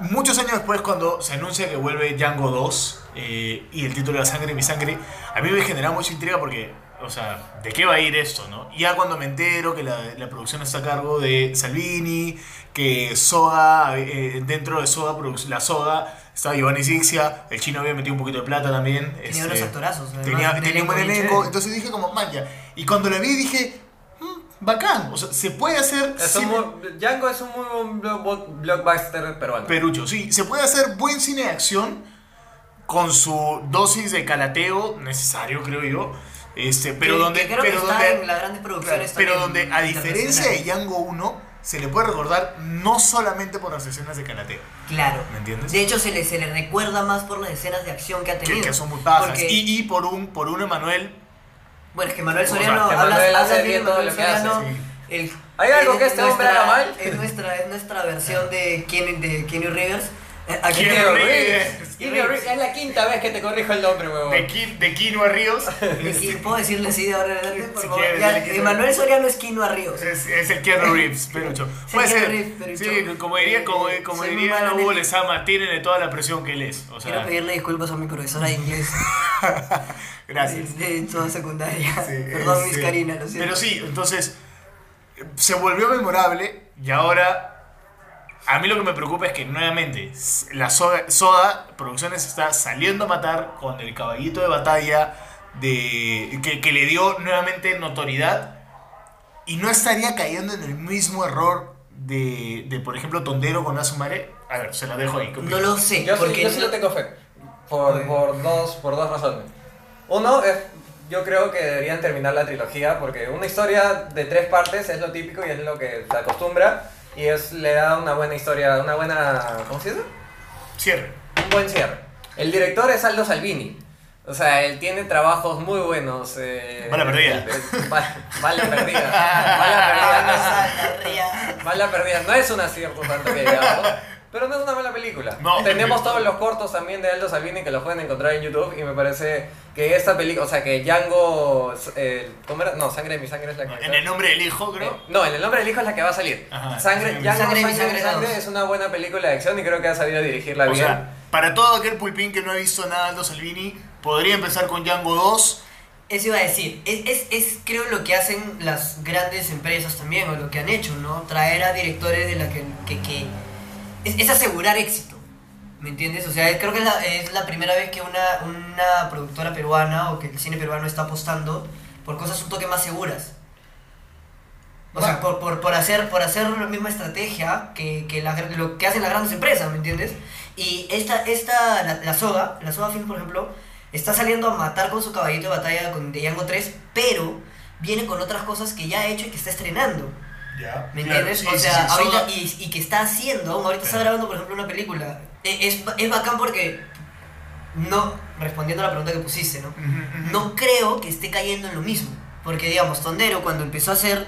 S4: Muchos años después, cuando se anuncia que vuelve Django 2 eh, y el título era Sangre, mi sangre, a mí me generaba mucha intriga porque, o sea, ¿de qué va a ir esto, no? Y Ya cuando me entero que la, la producción está a cargo de Salvini, que Soga, eh, dentro de Soga, produ- la Soga, estaba Giovanni Sixia, el chino había metido un poquito de plata también.
S5: Tenía
S4: este,
S5: unos actorazos. además,
S4: Tenía, tenía un buen
S5: bien
S4: elenco,
S5: chévere.
S4: entonces dije como, man, ya. Y cuando la vi dije, "Mm, bacán, o sea, se puede hacer...
S3: Es un
S4: cine
S3: muy- Django es un muy buen blo- blockbuster peruano.
S4: Perucho, sí, se puede hacer buen cine de acción con su dosis de calateo necesario, creo yo. Este, pero
S5: Que-
S4: donde...
S5: que creo que
S4: pero
S5: está
S4: donde-
S5: en las grandes producciones
S4: pero
S5: también
S4: donde, a diferencia de
S5: internacionales.
S4: Django 1, se le puede recordar no solamente por las escenas de calateo.
S5: Claro.
S4: ¿Me entiendes?
S5: De hecho, se le, se le recuerda más por las escenas de acción que ha
S4: Que,
S5: tenido.
S4: que son muy bajas.
S5: Porque-
S4: Y, y por un por un Emanuel
S5: Bueno, es que Manuel
S4: O sea,
S5: Soriano.
S3: que
S5: hablas-
S3: Manuel hace
S5: hablas
S3: bien
S5: de
S3: todo
S5: Manuel
S3: lo que hace,
S5: Soriano,
S4: sí.
S5: el-
S3: ¿Hay algo
S5: es
S3: que este hombre
S5: nuestra-
S3: haga mal?
S5: Es nuestra, es nuestra versión de Keanu, de Keanu Rivers. Eh, Aquí
S4: Keanu
S5: tengo-
S4: Reeves.
S3: Y Rio- es la quinta vez que te corrijo el nombre, huevón.
S4: de, Qui- de Quinoa Ríos.
S5: *laughs* Y ¿Puedo decirle así de ahora en adelante? Por
S4: Si
S5: favor.
S4: quieres,
S5: Ya,
S4: dale, Keanu.
S5: eh, Manuel Soriano es Quinoa Ríos.
S4: Es, es el Keanu Reeves, perucho.
S5: el
S4: Puede
S5: Keanu
S4: ser.
S5: Reeves, perucho.
S4: Sí, como diría, como, como
S5: Soy muy
S4: diría
S5: malo en
S4: Hugo
S5: el-
S4: Lezama, tírenle toda la presión que él es. O
S5: Quiero
S4: sea,
S5: pedirle disculpas a mi profesora de inglés
S4: gracias.
S5: de toda secundaria.
S4: Sí,
S5: *laughs* Perdón, mis
S4: este,
S5: Karina, lo siento.
S4: Pero sí, entonces se volvió memorable y ahora a mí lo que me preocupa es que nuevamente s- la Soda, Soda Producciones está saliendo a matar con el caballito de batalla de que, que le dio nuevamente notoriedad y no estaría cayendo en el mismo error de, de, por ejemplo Tondero con Azumare. A ver, se la dejo ahí. ¿qué
S5: No
S4: opinas?
S5: lo sé.
S3: Yo, sí-
S5: porque
S3: yo sí
S5: no-
S3: lo tengo fe. Por, por dos, por dos razones. Uno es, yo creo que deberían terminar la trilogía porque una historia de tres partes es lo típico y es lo que se acostumbra y es le da una buena historia, una buena, ¿cómo se dice?
S4: Cierre.
S3: Un buen cierre. El director es Aldo Salvini. O sea, él tiene trabajos muy buenos. Eh,
S4: Bala perdida.
S3: eh, va- Bala perdida. Bala perdida. no es- Mala perdida, no es un acierto tanto que digamos, pero no es una mala película.
S4: No.
S3: Tenemos todos los cortos también de Aldo Salvini que los pueden encontrar en YouTube y me parece que esta película, o sea que Django, eh, ¿cómo era? No, Sangre de mi sangre es la que...
S4: En el nombre del hijo, creo.
S3: Eh, no, en el nombre del hijo es la que va a salir.
S4: Ajá,
S3: sangre,
S4: Sangre de mi
S3: Django,
S5: Sangre
S3: sangre,
S5: de mi
S3: sangre,
S5: Sangre dos.
S3: es una buena película de acción y creo que ha sabido dirigirla
S4: O
S3: bien.
S4: sea, para todo aquel pulpín que no ha visto nada de Aldo Salvini, podría empezar con Django 2.
S5: Eso iba a decir. Es, es, es, creo lo que hacen las grandes empresas también, o lo que han hecho, ¿no? Traer a directores de la que. que, que- es, es asegurar éxito. ¿Me entiendes? O sea, es- creo que es la, es la primera vez que una, una productora peruana o que el cine peruano está apostando por cosas un toque más seguras. O sea, por, por, por hacer, por hacer la misma estrategia que, que la- lo que hacen las grandes empresas, ¿me entiendes? Y esta, esta la, la soga, la soga Films, por ejemplo, está saliendo a matar con su caballito de batalla con The Django 3, pero viene con otras cosas que ya ha hecho y que está estrenando.
S4: Ya.
S5: ¿Me entiendes? o sea, ahorita, y, y que está haciendo, aún ahorita está
S4: Claro.
S5: grabando, por ejemplo, una película. E- Es, ba- es bacán porque no, respondiendo a la pregunta que pusiste, ¿no?
S4: ujú.
S5: No creo que esté cayendo en lo mismo. Porque, digamos, Tondero cuando empezó a hacer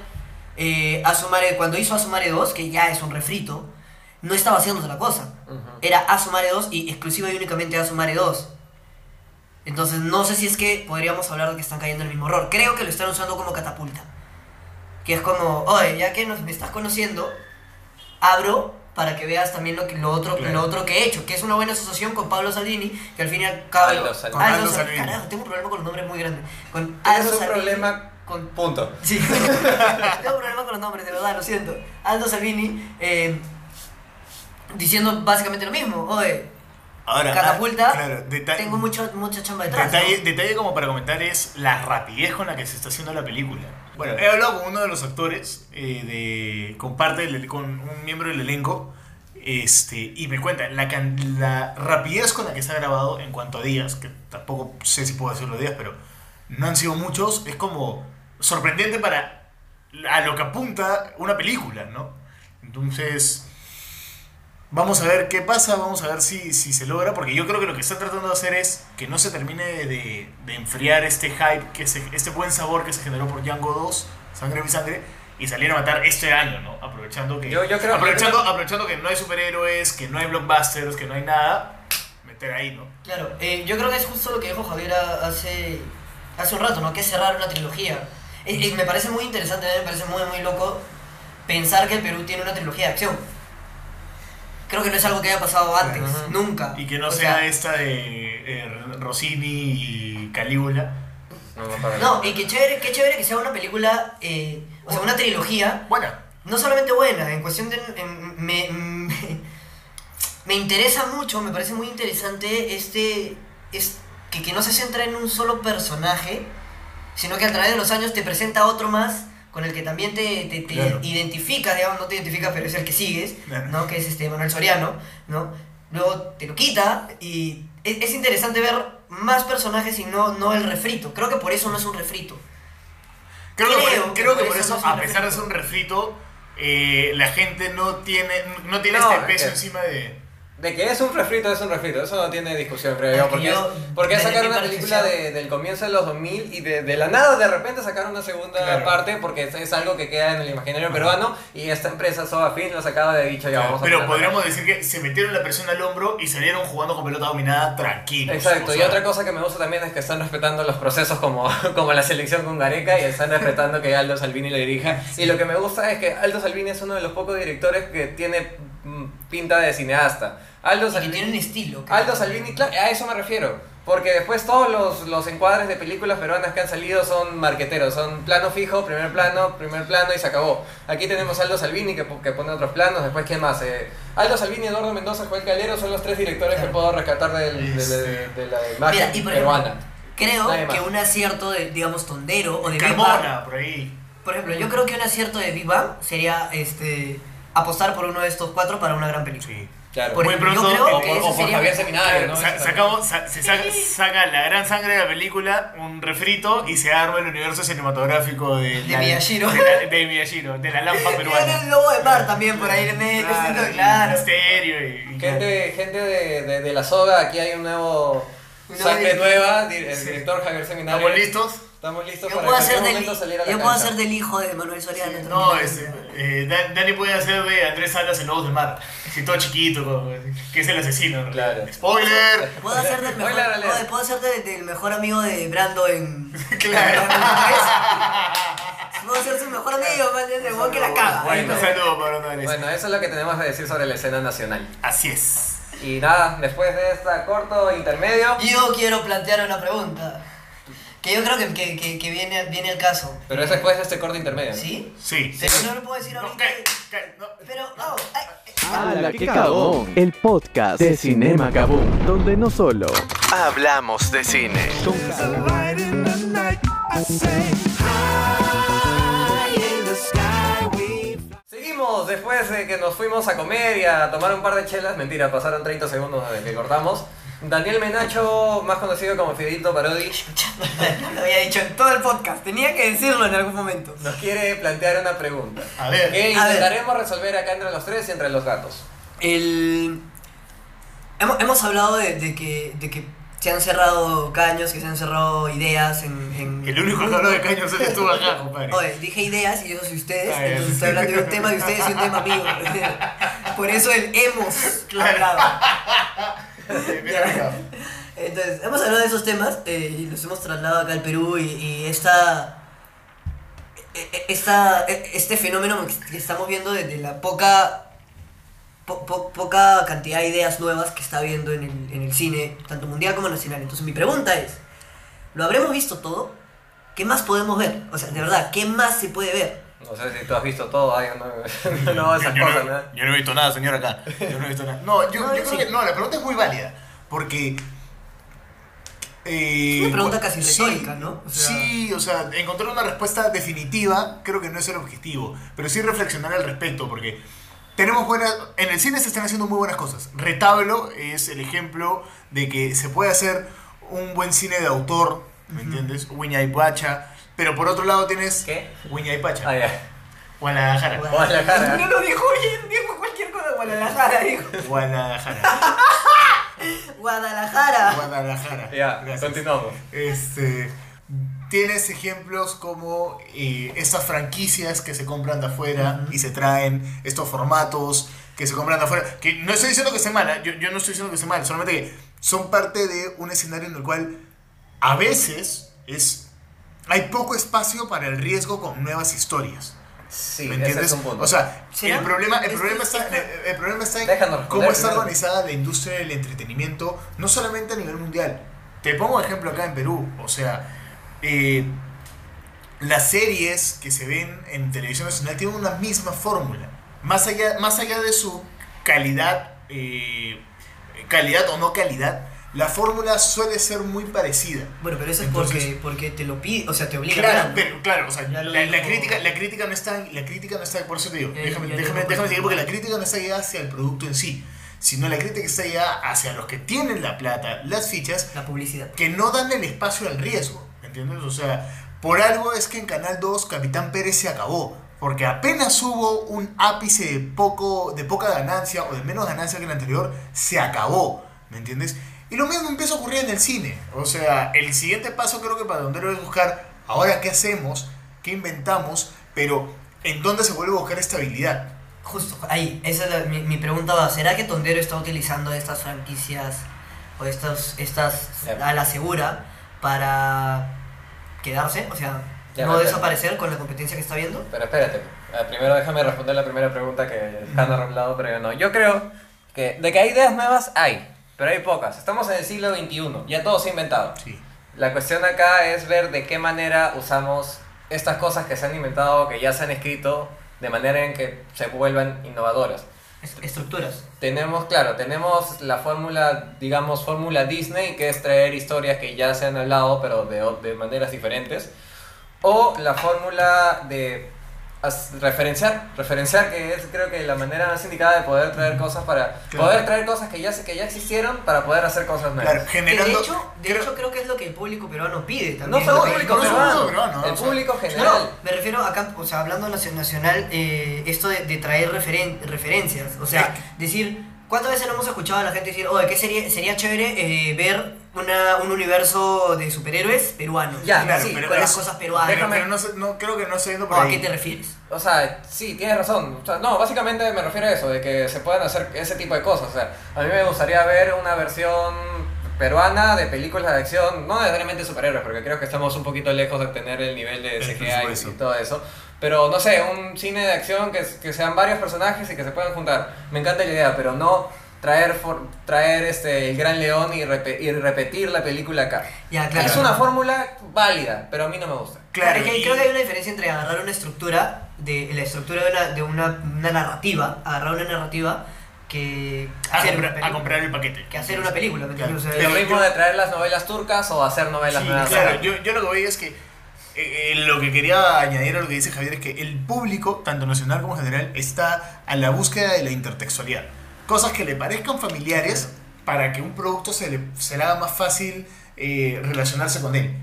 S5: eh, Asumare, cuando hizo Asumare 2, que ya es un refrito, no estaba haciendo otra cosa. Era Asumare 2 y exclusiva y únicamente Asumare 2. Entonces, no sé si es que podríamos hablar de que están cayendo en el mismo error. Creo que lo están usando como catapulta. Que es como, oye, ya que nos, me estás conociendo, abro para que veas también lo, que, lo, otro,
S4: Claro.
S5: lo otro que he hecho. Que es una buena asociación con Pablo Salini, que al fin y al cabo...
S3: Aldo Salini.
S5: Con Aldo
S4: Aldo
S5: Salini.
S4: Salini.
S5: Carajo, tengo un problema con los nombres muy grande. Con
S3: Ese
S5: Aldo
S3: Ah, es un
S5: Salini,
S3: problema
S5: Con...
S3: Punto. *laughs*
S5: Sí, tengo un problema con los nombres, de verdad, lo siento. Aldo Salvini eh, diciendo básicamente lo mismo. Oye,
S4: Ahora,
S5: catapulta,
S4: ah, claro, deta-
S5: tengo mucho, mucha chamba detrás. ¿no?
S4: Detalle, detalle como para comentar es la rapidez con la que se está haciendo la película. Bueno, he hablado con uno de los actores, eh, de, con, parte del- con un miembro del elenco, este, y me cuenta la, can- la rapidez con la que se ha grabado en cuanto a días, que tampoco sé si puedo decir los días, pero no han sido muchos, es como sorprendente para a lo que apunta una película, ¿no? Entonces, Vamos a ver qué pasa, vamos a ver si, si se logra, porque yo creo que lo que está tratando de hacer es que no se termine de, de enfriar este hype, que se- este buen sabor que se generó por Django 2, Sangre y Sangre, y salir a matar este año, ¿no? Aprovechando que,
S3: Yo- yo creo-
S4: aprovechando,
S3: yo
S4: aprovechando que no hay superhéroes, que no hay blockbusters, que no hay nada, meter ahí, ¿no?
S5: Claro, eh, yo creo que es justo lo que dijo Javier a- hace, hace un rato, ¿no? Que es cerrar una trilogía. Eh, eh, me parece muy interesante, me parece muy, muy loco pensar que el Perú tiene una trilogía de acción. Creo que no es algo que haya pasado antes,
S3: Ajá.
S5: nunca.
S4: Y que no
S5: O
S4: sea
S5: sea,
S4: esta de eh, Rossini y Calígula.
S3: No, no, para
S5: No,
S3: nada.
S5: y qué chévere, qué chévere que sea una película, eh, o sea, una trilogía,
S4: Bueno,
S5: no solamente buena, en cuestión de... en- me, *laughs* me, me interesa mucho, me parece muy interesante este... es- que, que no se centra en un solo personaje, sino que a través de los años te presenta otro más con el que también te, te, te
S4: Claro.
S5: identificas, digamos, no te identificas, pero es el que sigues,
S4: Claro.
S5: ¿no? Que es este Manuel Soriano, ¿no? Luego te lo quita y es, es interesante ver más personajes y no, no el refrito. Creo que por eso no es un refrito.
S4: Creo, que,
S5: Creo
S4: por,
S5: que
S4: creo que
S5: por
S4: por eso,
S5: eso no es un
S4: a pesar de ser un refrito, eh, la gente no tiene, no tiene
S3: No,
S4: este
S5: eh,
S4: peso
S3: es-
S4: encima de...
S3: De que es un refrito, es un refrito, eso no tiene discusión, creo
S5: Es
S3: yo.
S5: que
S3: Porque,
S5: yo,
S3: es- porque es
S5: desde
S3: sacar
S5: mi
S3: una
S5: parte,
S3: película
S5: sí.
S3: de- del comienzo de los 2000 y de, de la nada de repente sacar una segunda
S4: Claro.
S3: parte porque es, es algo que queda en el imaginario peruano y esta empresa Sodafin lo sacaba de dicho ya vamos a
S4: Pero
S3: ponerla.
S4: podríamos decir que se metieron la presión al hombro y salieron jugando con pelota dominada tranquilos.
S3: Exacto,
S4: o
S3: y
S4: sea,
S3: otra cosa que me gusta también es que están respetando los procesos como, *laughs* como la selección con Gareca y están respetando que Aldo Salvini le dirija. Y lo que me gusta es que Aldo Salvini es uno de los pocos directores que tiene mm, pinta de cineasta. Aldo
S5: Y que
S3: Salvini
S5: tienen estilo. creo.
S3: Aldo Salvini, claro, a eso me refiero. Porque después todos los, los encuadres de películas peruanas que han salido son marqueteros, son plano fijo, primer plano, primer plano y se acabó. Aquí tenemos a Aldo Salvini que, po- que pone otros planos, después ¿quién más? Eh, Aldo Salvini, Eduardo Mendoza, Juan Calero son los tres directores que puedo rescatar del- de, de- de la imagen
S5: Este, Mira, y por ejemplo,
S3: peruana. Nadie
S5: creo
S3: más.
S5: que un acierto de, digamos, Tondero o de Big Bang-
S4: Carmona, por ahí.
S5: Por ejemplo, yo creo que un acierto de Big Bang sería este, apostar por uno de estos cuatro para una gran película.
S4: Sí.
S3: Claro.
S5: por
S4: Muy
S5: ejemplo, yo
S4: pronto,
S5: creo
S4: o
S5: que
S4: por-
S5: ese
S4: o por
S5: sería-
S3: Javier Seminario, ¿no?
S4: Sa-
S3: Eso
S4: sacamos- sa- se saca, saca la gran sangre de la película, un refrito, y se arma el universo cinematográfico de,
S5: De
S4: la-
S5: Miyashiro.
S4: De, la, de Miyashiro, de la
S5: *laughs*
S4: lámpara
S5: Era el
S4: peruana.
S5: lobo de mar también por ahí le metes,
S4: Claro,
S5: claro. claro.
S4: Misterio y- y
S3: Gente, gente de, de- de la soga, aquí hay un nuevo
S5: Una
S3: sangre
S5: directora.
S3: nueva, di- el director Javier Seminario.
S4: ¿Estamos listos?
S3: Estamos listos
S5: Yo
S3: para
S5: puedo,
S3: en
S5: hacer
S3: cualquier
S5: del,
S3: momento salir a la
S5: yo puedo
S3: cancha.
S5: hacer del hijo de Manuel Soriano.
S4: No,
S5: también.
S4: este, eh, Dan- Dani puede hacer de Andrés Salas en Lobos del Mar. Si todo chiquito, como- que es el asesino. ¿no?
S3: Claro. *laughs*
S4: ¡Spoiler!
S5: Puedo hacer del mejor,
S3: Spoiler alert.
S5: oye, puedo hacer de- del mejor amigo de Brando
S4: *laughs*
S5: en. *laughs* puedo ser su mejor amigo, man, ese huevón que la caga.
S3: Bueno.
S4: Un saludo para Andrés.
S3: Bueno, eso es lo que tenemos que decir sobre la escena nacional.
S4: Así es.
S3: Y nada, después de este corto intermedio,
S5: Yo quiero plantear una pregunta. Que yo creo que, que, que, que viene, viene el caso.
S3: pero es después de este corto intermedio. ¿no?
S5: ¿Sí?
S4: Sí.
S5: Pero no lo puedo decir
S4: No,
S5: ahorita.
S4: ca- ca- no.
S5: Pero, no. ay, ay.
S2: ¡Hala, qué cagón! El podcast de Cinema Kaboom, donde no solo
S1: Hablamos de cine.
S2: son cagadas,
S3: Seguimos después de que nos fuimos a comer y a tomar un par de chelas. Mentira, pasaron 30 segundos desde que cortamos. Daniel Menacho, más conocido como Fidelito Parodi,
S5: No *laughs* lo había dicho en todo el podcast. Tenía que decirlo en algún momento.
S3: nos quiere plantear una pregunta.
S4: A ver.
S3: Que
S5: A ver.
S3: intentaremos resolver acá entre los tres y entre los gatos.
S5: El... Hemos, hemos hablado de, de que, de que se han cerrado caños, que se han cerrado ideas en... en-
S4: El único que habló de caños eres tú acá, compadre.
S5: Oye, dije ideas y yo soy ustedes,
S4: Ah, ya.
S5: entonces estoy hablando de un tema de ustedes y un tema mío. *laughs* Por eso el hemos hablado.
S4: Eh, mira, mira.
S5: Entonces, hemos hablado de esos temas eh, y los hemos trasladado acá al Perú y, y esta, e- e- esta, e- este fenómeno que estamos viendo de, de la poca, po- po- poca cantidad de ideas nuevas que está habiendo en el, en el cine, tanto mundial como nacional. Entonces, mi pregunta es, ¿lo habremos visto todo? ¿Qué más podemos ver? O sea, de verdad, ¿qué más se puede ver?
S3: No sé si tú has visto todo, ay, no, *laughs* no,
S4: yo,
S3: esas
S4: yo
S3: cosas,
S4: no,
S3: ¿no?
S4: yo no he visto nada, señor, acá. Yo no he visto nada. No, yo,
S5: No,
S4: yo
S5: yo
S4: creo
S5: sí.
S4: que. No, la pregunta es muy válida. Porque. eh,
S5: Es una pregunta casi
S4: sí,
S5: retórica, ¿no? O sea-
S4: sí, o sea, encontrar una respuesta definitiva creo que no es el objetivo. Pero sí reflexionar al respecto, porque. Tenemos buenas. En el cine se están haciendo muy buenas cosas. Retablo es el ejemplo de que se puede hacer un buen cine de autor, ¿me entiendes? Uña y Pacha. Pero por otro lado tienes.
S3: ¿Qué?
S4: Uña y Pacha.
S3: Ah, ya.
S4: Guadalajara.
S3: Guadalajara.
S5: *laughs* No lo dijo bien, dijo cualquier cosa. Guadalajara, dijo.
S4: Guadalajara.
S5: Guadalajara.
S4: Guadalajara.
S3: Ya,
S4: Gracias.
S3: continuamos.
S4: Este, tienes ejemplos como eh, estas franquicias que se compran de afuera y se traen, estos formatos que se compran de afuera. Que no estoy diciendo que esté mal, ¿ah? yo, yo no estoy diciendo que esté mal, solamente que son parte de un escenario en el cual a veces es, hay poco espacio para el riesgo con nuevas historias.
S3: Sí,
S4: ¿Me
S3: ese
S4: entiendes?
S3: es un punto.
S4: O sea,
S5: ¿Será?
S4: el problema, el,
S5: Es-
S4: problema está, en- el, el problema está en
S3: Déjanos responder
S4: cómo está
S3: primero.
S4: organizada la industria del entretenimiento, no solamente a nivel mundial. Te pongo un ejemplo acá en Perú. O sea, eh, las series que se ven en televisión nacional tienen una misma fórmula. Más allá, más allá de su calidad, eh, calidad o no calidad, la fórmula suele ser muy parecida.
S5: Bueno, pero eso es
S4: Entonces-
S5: porque, porque te lo pide, o sea, te obliga
S4: Claro,
S5: a
S4: pero claro, o sea, la,
S5: Ya lo
S4: la
S5: dijo.
S4: crítica, la crítica no está, la crítica no está, por eso te digo,
S5: Ya,
S4: déjame,
S5: ya lo
S4: déjame,
S5: dijo.
S4: déjame seguir, porque la crítica no está guiada hacia el producto en sí, sino la crítica está guiada hacia los que tienen la plata, las fichas,
S5: la publicidad.
S4: que no dan el espacio al riesgo, ¿entiendes? O sea, por algo es que en Canal 2 Capitán Pérez se acabó, porque apenas hubo un ápice de, poco, de poca ganancia o de menos ganancia que el anterior, se acabó, ¿me entiendes? Y lo mismo empieza a ocurrir en el cine, o sea, el siguiente paso creo que para donde es buscar, ahora qué hacemos, qué inventamos, pero en dónde se vuelve a buscar estabilidad.
S5: Justo, ahí, esa es la- mi, mi pregunta va, ¿será que Tondero está utilizando estas franquicias o estas, estas
S3: Ya.
S5: a la segura para quedarse? O sea,
S3: Ya,
S5: no
S3: pero-
S5: desaparecer con la competencia que está viendo.
S3: Pero espérate, eh, primero déjame responder la primera pregunta que han arreglado, pero no. Yo creo que de que hay ideas nuevas, hay, pero hay pocas. Estamos en el siglo XXI, ya todo se ha inventado.
S4: Sí.
S3: La cuestión acá es ver de qué manera usamos estas cosas que se han inventado, que ya se han escrito, de manera en que se vuelvan innovadoras.
S5: Est- estructuras.
S3: Tenemos, claro, tenemos la fórmula, digamos, fórmula Disney, que es traer historias que ya se han hablado, pero de, o- de maneras diferentes. O la fórmula de as- referenciar, referenciar, que es creo que la manera más indicada de poder traer cosas para...
S4: Claro.
S3: Poder traer cosas que ya, se- que ya existieron para poder hacer cosas nuevas.
S4: Claro,
S5: Que de
S4: generando...
S5: hecho, de
S4: creo-
S5: hecho creo que es lo que el público peruano pide
S3: No
S5: también.
S3: solo el
S5: Lo que-
S3: público
S4: no solo
S3: peruano,
S4: peruano,
S3: el
S4: o sea,
S3: público
S5: No,
S3: general.
S5: me refiero acá, o sea, hablando nacio- nacional, eh, esto de, de traer referen- referencias, o sea, decir, ¿cuántas veces no hemos escuchado a la gente decir, oye, qué sería, sería chévere eh, ver una, un universo de superhéroes peruanos?
S3: Ya,
S5: Así,
S4: Claro,
S3: sí,
S4: pero
S5: con las
S4: es-
S5: cosas peruanas.
S4: pero- pero no, sé- no, creo que no se ha ido
S5: ¿O
S4: por
S5: ¿A
S4: ahí.
S5: qué te refieres?
S3: O sea, sí, tienes razón. O sea, no, básicamente me refiero a eso, de que se puedan hacer ese tipo de cosas. O sea, a mí me gustaría ver una versión peruana de películas de acción, no necesariamente superhéroes, porque creo que estamos un poquito lejos de tener el nivel de
S4: El
S3: CGI
S4: presupuesto.
S3: y todo eso. Pero no sé, un cine de acción que, que sean varios personajes y que se puedan juntar. Me encanta la idea, pero no traer for- traer este el Gran León y, repe- y repetir la película acá.
S5: Ya, claro.
S3: Es una fórmula válida, pero a mí no me gusta.
S5: Claro,
S4: Claro,
S5: que hay-
S4: y-
S5: creo que hay una diferencia entre agarrar una estructura, de la estructura de una, de una, una narrativa, agarrar una narrativa que
S4: a,
S5: hacer
S4: comprar,
S5: una
S4: a
S5: peli-
S4: comprar el paquete.
S5: que hacer una película, ¿me entiendes?
S4: Claro.
S5: O sea,
S3: Lo
S4: Pero
S3: mismo
S4: yo-
S3: de traer las novelas turcas o hacer novelas
S4: Sí,
S3: nuevas.
S4: claro, yo, yo lo que voy es que eh, eh, lo que quería añadir a lo que dice Javier es que el público, tanto nacional como general, está a la búsqueda de la intertextualidad. Cosas que le parezcan familiares para que un producto se le, se le haga más fácil eh, relacionarse con él.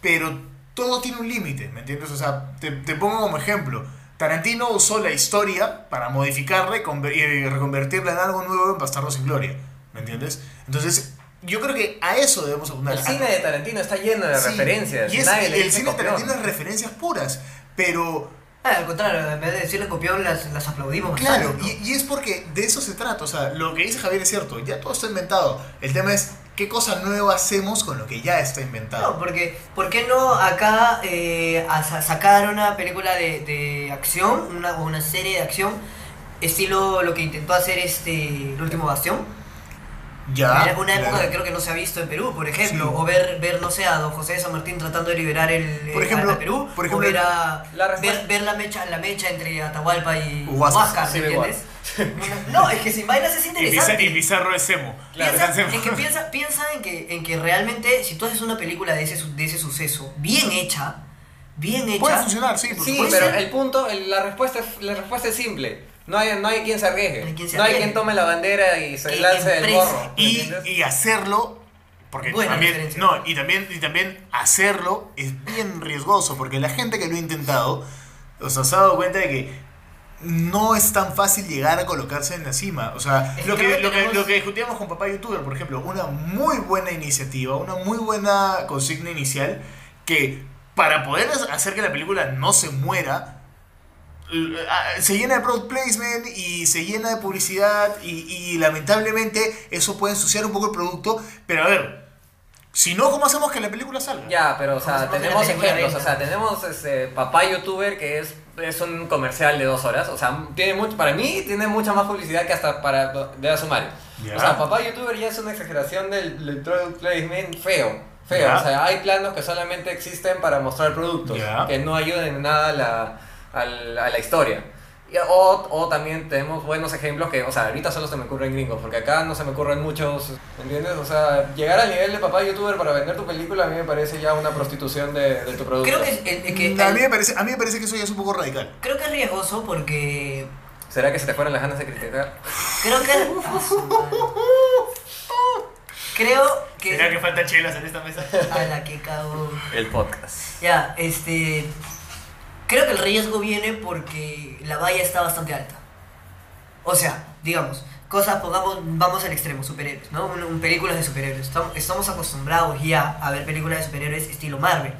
S4: Pero todo tiene un límite, ¿me entiendes? O sea, te, te pongo como ejemplo. Tarantino usó la historia para eh, modificarla y, conver- y reconvertirla en algo nuevo en Bastardo sin Gloria, ¿me entiendes? Entonces, yo creo que a eso debemos apuntar.
S3: El cine de Tarantino está lleno de
S4: Sí,
S3: referencias.
S4: Y es-
S3: Nadie le
S4: el
S3: dice
S4: cine de
S3: copión.
S4: Tarantino es referencias puras, pero
S5: Ah, al contrario, en vez de decirle copión, las, las aplaudimos.
S4: Claro,
S5: bastante, ¿no?
S4: y, y es porque de eso se trata. O sea, lo que dice Javier es cierto, ya todo está inventado. El tema es qué cosa nueva hacemos con lo que ya está
S5: No,
S4: inventado.
S5: porque ¿por qué no acá eh, a sa- sacar una película de, de acción, una, o una serie de acción, estilo lo que intentó hacer este El último bastión?
S4: Ya.
S5: Era una época
S4: Ah, claro.
S5: que creo que no se ha visto en Perú, por ejemplo,
S4: Sí.
S5: o ver, ver, no sé, a don José de San Martín tratando de liberar el eh,
S4: Por ejemplo,
S5: a Perú,
S4: por
S5: o
S4: ejemplo,
S5: ver, a-
S3: la respuesta-
S5: ver, ver la mecha la mecha entre Atahualpa y
S4: Huasca,
S5: Huasca,
S3: sí,
S5: ¿me
S3: igual.
S5: entiendes? No, es que sin vainas es
S6: Y, Pizar-
S5: interesante.
S6: y Pizarro es emo.
S3: Claro,
S5: piensa,
S6: Pizarro es
S5: es
S6: emo.
S5: que piensa, piensa en, que, en que realmente si tú haces una película de ese, su- de ese suceso bien hecha, bien hecha,
S4: Puede funcionar, sí, por
S3: Sí,
S4: supuesto.
S3: pero el punto, el- la, respuesta es, la respuesta es simple. No hay, no hay quien se arriesgue.
S5: No hay quien se
S3: no hay
S5: arriesgue.
S3: quien tome la bandera y se
S5: Que
S3: lance del
S5: empresa.
S3: gorro. ¿me
S4: Y,
S3: entiendes?
S4: y hacerlo. Porque
S5: Buena
S4: también,
S5: referencia.
S4: no, y también, y también hacerlo es bien riesgoso, porque la gente que lo ha intentado, o sea, se ha dado cuenta de que no es tan fácil llegar a colocarse en la cima. O sea,
S5: Es que
S4: lo que,
S5: creo que
S4: lo, que,
S5: tenemos-
S4: lo que discutíamos con Papá Youtuber, por ejemplo, una muy buena iniciativa, una muy buena consigna inicial, que para poder hacer que la película no se muera, l- ah, se llena de product placement y se llena de publicidad y, y lamentablemente eso puede ensuciar un poco el producto, pero a ver, si no, ¿cómo hacemos que la película salga?
S3: Ya, pero o sea,
S5: Vamos a hacer
S3: tenemos
S5: una película
S3: ejemplos, o
S5: venta.
S3: sea, tenemos este papá youtuber que es, es un comercial de dos horas, o sea, tiene mucho, para mí tiene mucha más publicidad que hasta para de a sumario.
S4: Ya.
S3: O sea, papá youtuber ya es una exageración del, del product placement feo, feo,
S4: Ya.
S3: o sea, hay planos que solamente existen para mostrar productos,
S4: Ya.
S3: que no ayudan en nada a la, a la, a la historia. Y- O, o también tenemos buenos ejemplos que, o sea, ahorita solo se me ocurren gringos, porque acá no se me ocurren muchos, ¿me ¿entiendes? O sea, llegar al nivel de papá youtuber para vender tu película a mí me parece ya una prostitución de, de tu producto.
S5: creo que, es- eh, eh, que-
S4: a, mí me parece, a mí me parece que eso ya es un poco radical.
S5: creo que es riesgoso porque
S3: ¿Será que se te fueron las ganas de criticar?
S5: creo que Ah, su madre. creo que
S6: ¿Será que faltan chelas en esta mesa?
S5: a la que cago.
S3: El podcast.
S5: Ya, este. Creo que el riesgo viene porque la valla está bastante alta. O sea, digamos, cosas, pongamos, vamos al extremo, superhéroes, ¿no? Un, un- películas de superhéroes. Estamos, estamos acostumbrados ya a ver películas de superhéroes estilo Marvel.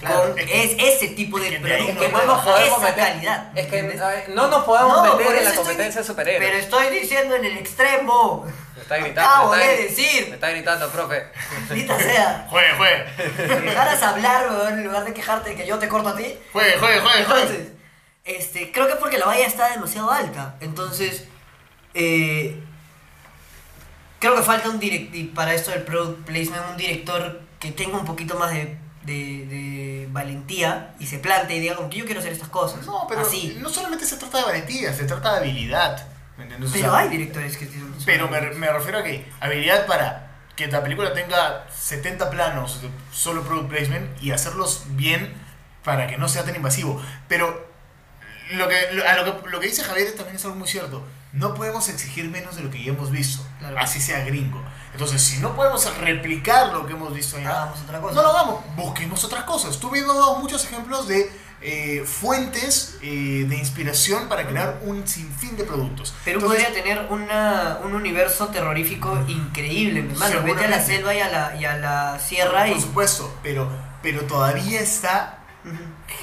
S4: Claro,
S5: con
S4: es que-
S5: es, ese tipo de
S4: es que de ahí
S5: producto,
S3: Es que no nos podemos
S5: esa
S3: meter.
S5: calidad.
S3: Es que
S5: ¿entiendes?
S3: ay, no nos podemos
S5: No, por
S3: meter en
S5: eso
S3: la
S5: estoy-
S3: competencia de superhéroes.
S5: Pero estoy diciendo en el extremo. *laughs*
S3: Me está gritando.
S5: Acabo
S3: me está
S5: de
S3: gri-
S5: decir.
S3: Me está gritando, profe.
S5: Maldita sea.
S6: Juegue, juegue.
S5: Si me dejaras hablar, weón, en lugar de quejarte de que yo te corto a ti.
S6: Juegue, juegue, juegue, juegue.
S5: Entonces, este, creo que es porque la valla está demasiado alta. Entonces, eh, creo que falta un direct y para esto del product placement, un director que tenga un poquito más de, de- de valentía y se plante y diga como que yo quiero hacer estas cosas.
S4: No, pero
S5: Así.
S4: no solamente se trata de valentía, se trata de habilidad. ¿me entiendes? O
S5: pero
S4: sea,
S5: hay directores que tienen.
S4: Pero me, me refiero a que habilidad para que la película tenga 70 planos de solo product placement y hacerlos bien para que no sea tan invasivo. Pero lo que, lo- a lo que, lo que dice Javier también es algo muy cierto. No podemos exigir menos de lo que ya hemos visto,
S5: Claro.
S4: así sea gringo. Entonces, si no podemos replicar lo que hemos visto ya,
S5: Hagamos otra cosa.
S4: no lo hagamos, busquemos otras cosas. Tú mismo has dado muchos ejemplos de eh, fuentes eh, de inspiración para crear un sinfín de productos.
S5: Perú
S4: Entonces,
S5: podría tener una, un universo terrorífico increíble, mi hermano. Vete a la
S4: Seguramente.
S5: selva y a la, y a la sierra
S4: Por
S5: y.
S4: supuesto, pero, pero todavía está,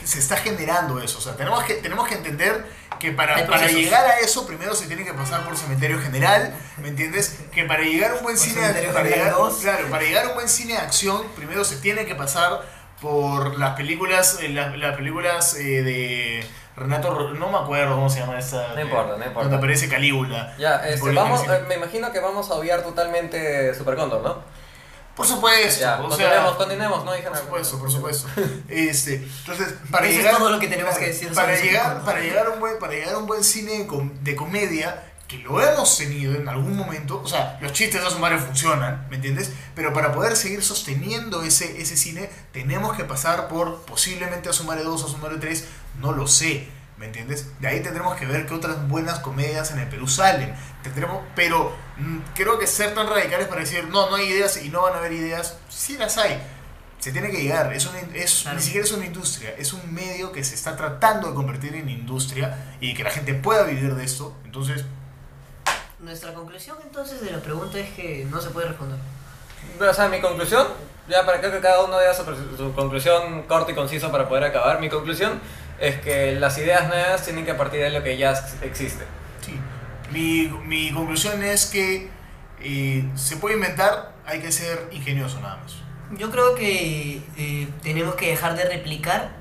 S4: se está generando eso. O sea, tenemos que, tenemos que entender que
S5: Hay
S4: para, para
S5: procesos.
S4: llegar a eso, primero se tiene que pasar por cementerio general, ¿me entiendes? Que para llegar a un buen
S5: Por
S4: cine
S5: Cementerio
S4: para
S5: General
S4: llegar,
S5: 2.
S4: claro, para llegar a un buen cine de acción, primero se tiene que pasar por las películas, eh, las, las películas eh, de Renato, Ro- no me acuerdo cómo se llama esa.
S3: No importa, no importa.
S4: Donde aparece Calígula.
S3: Ya, este,
S4: Por el
S3: vamos,
S4: cine.
S3: eh, me imagino que vamos a obviar totalmente Super Condor, ¿no?
S4: Por supuesto.
S3: Ya,
S4: o sea-
S3: continuemos, continuemos, no dije
S4: Por
S3: nada.
S4: supuesto, por supuesto. Este, entonces, para
S5: Eso es
S4: llegar,
S5: todo lo que tenemos que decir
S4: Para
S5: sobre ese
S4: llegar,
S5: encuentro.
S4: para llegar a un buen, para llegar a un buen cine de, com- de comedia que lo hemos tenido en algún momento, o sea, los chistes de Asomario funcionan, ¿me entiendes? Pero para poder seguir sosteniendo ese, ese cine, tenemos que pasar por posiblemente Asomario 2, Asomario 3, no lo sé, ¿me entiendes? De ahí tendremos que ver qué otras buenas comedias en el Perú salen. Tendremos, pero mm, creo que ser tan radicales para decir, no, no hay ideas y no van a haber ideas, sí las hay, se tiene que llegar, es una, es,
S5: Claro.
S4: ni siquiera es una industria, es un medio que se está tratando de convertir en industria y que la gente pueda vivir de esto. Entonces,
S5: Nuestra conclusión entonces de la pregunta es que no se puede responder.
S3: o sea, mi conclusión, ya para creo que cada uno diga su, su conclusión corta y concisa para poder acabar. Mi conclusión es que las ideas nuevas tienen que partir de lo que ya ex- existe.
S4: Sí. Mi, mi conclusión es que eh, se puede inventar, hay que ser ingenioso nada más.
S5: Yo creo que eh, tenemos que dejar de replicar,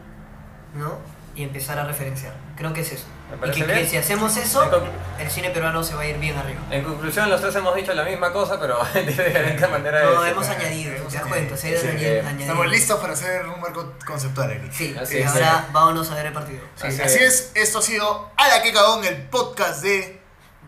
S5: ¿no? Y empezar a referenciar. Creo que es eso.
S3: Me
S5: Y
S3: parece
S5: que, que
S3: bien.
S5: si hacemos
S3: Me
S5: eso,
S3: conclu-
S5: el cine peruano se va a ir bien arriba.
S3: En conclusión, los tres hemos dicho la misma cosa, pero *laughs* de diferente manera de
S5: No,
S3: decirlo.
S5: hemos añadido,
S4: hemos
S5: ¿te das
S4: añadido.
S5: cuenta? Se ha ido
S3: Sí,
S5: añadi-
S3: eh,
S5: añadiendo.
S4: Estamos listos para hacer un marco conceptual, Eric.
S5: Sí,
S3: Así
S5: y
S3: es.
S5: ahora vámonos a ver el partido.
S3: Así
S4: Así es, esto ha sido A la que cagón, el podcast de...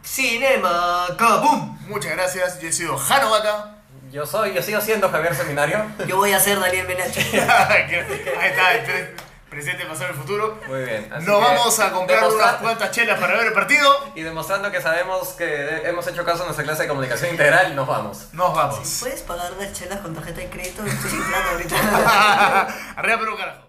S5: Cinema Kaboom.
S4: Muchas gracias, yo he sido Jano
S3: *laughs*
S4: Vaca.
S3: Yo soy, yo sigo siendo Javier Seminario.
S5: Yo voy a ser Daniel Menacho.
S4: Ahí está, el pre- presente, pasado y futuro.
S3: Muy bien. así
S4: Nos
S3: que
S4: vamos a comprar
S3: demostra-
S4: unas cuantas chelas para ver el partido.
S3: Y demostrando que sabemos que hemos hecho caso a nuestra clase de comunicación integral, nos vamos.
S4: Nos vamos. *laughs* *laughs*
S5: ¿Puedes pagar las chelas con tarjeta de crédito? Estoy sin plata ahorita.
S4: Arriba Perú, carajo.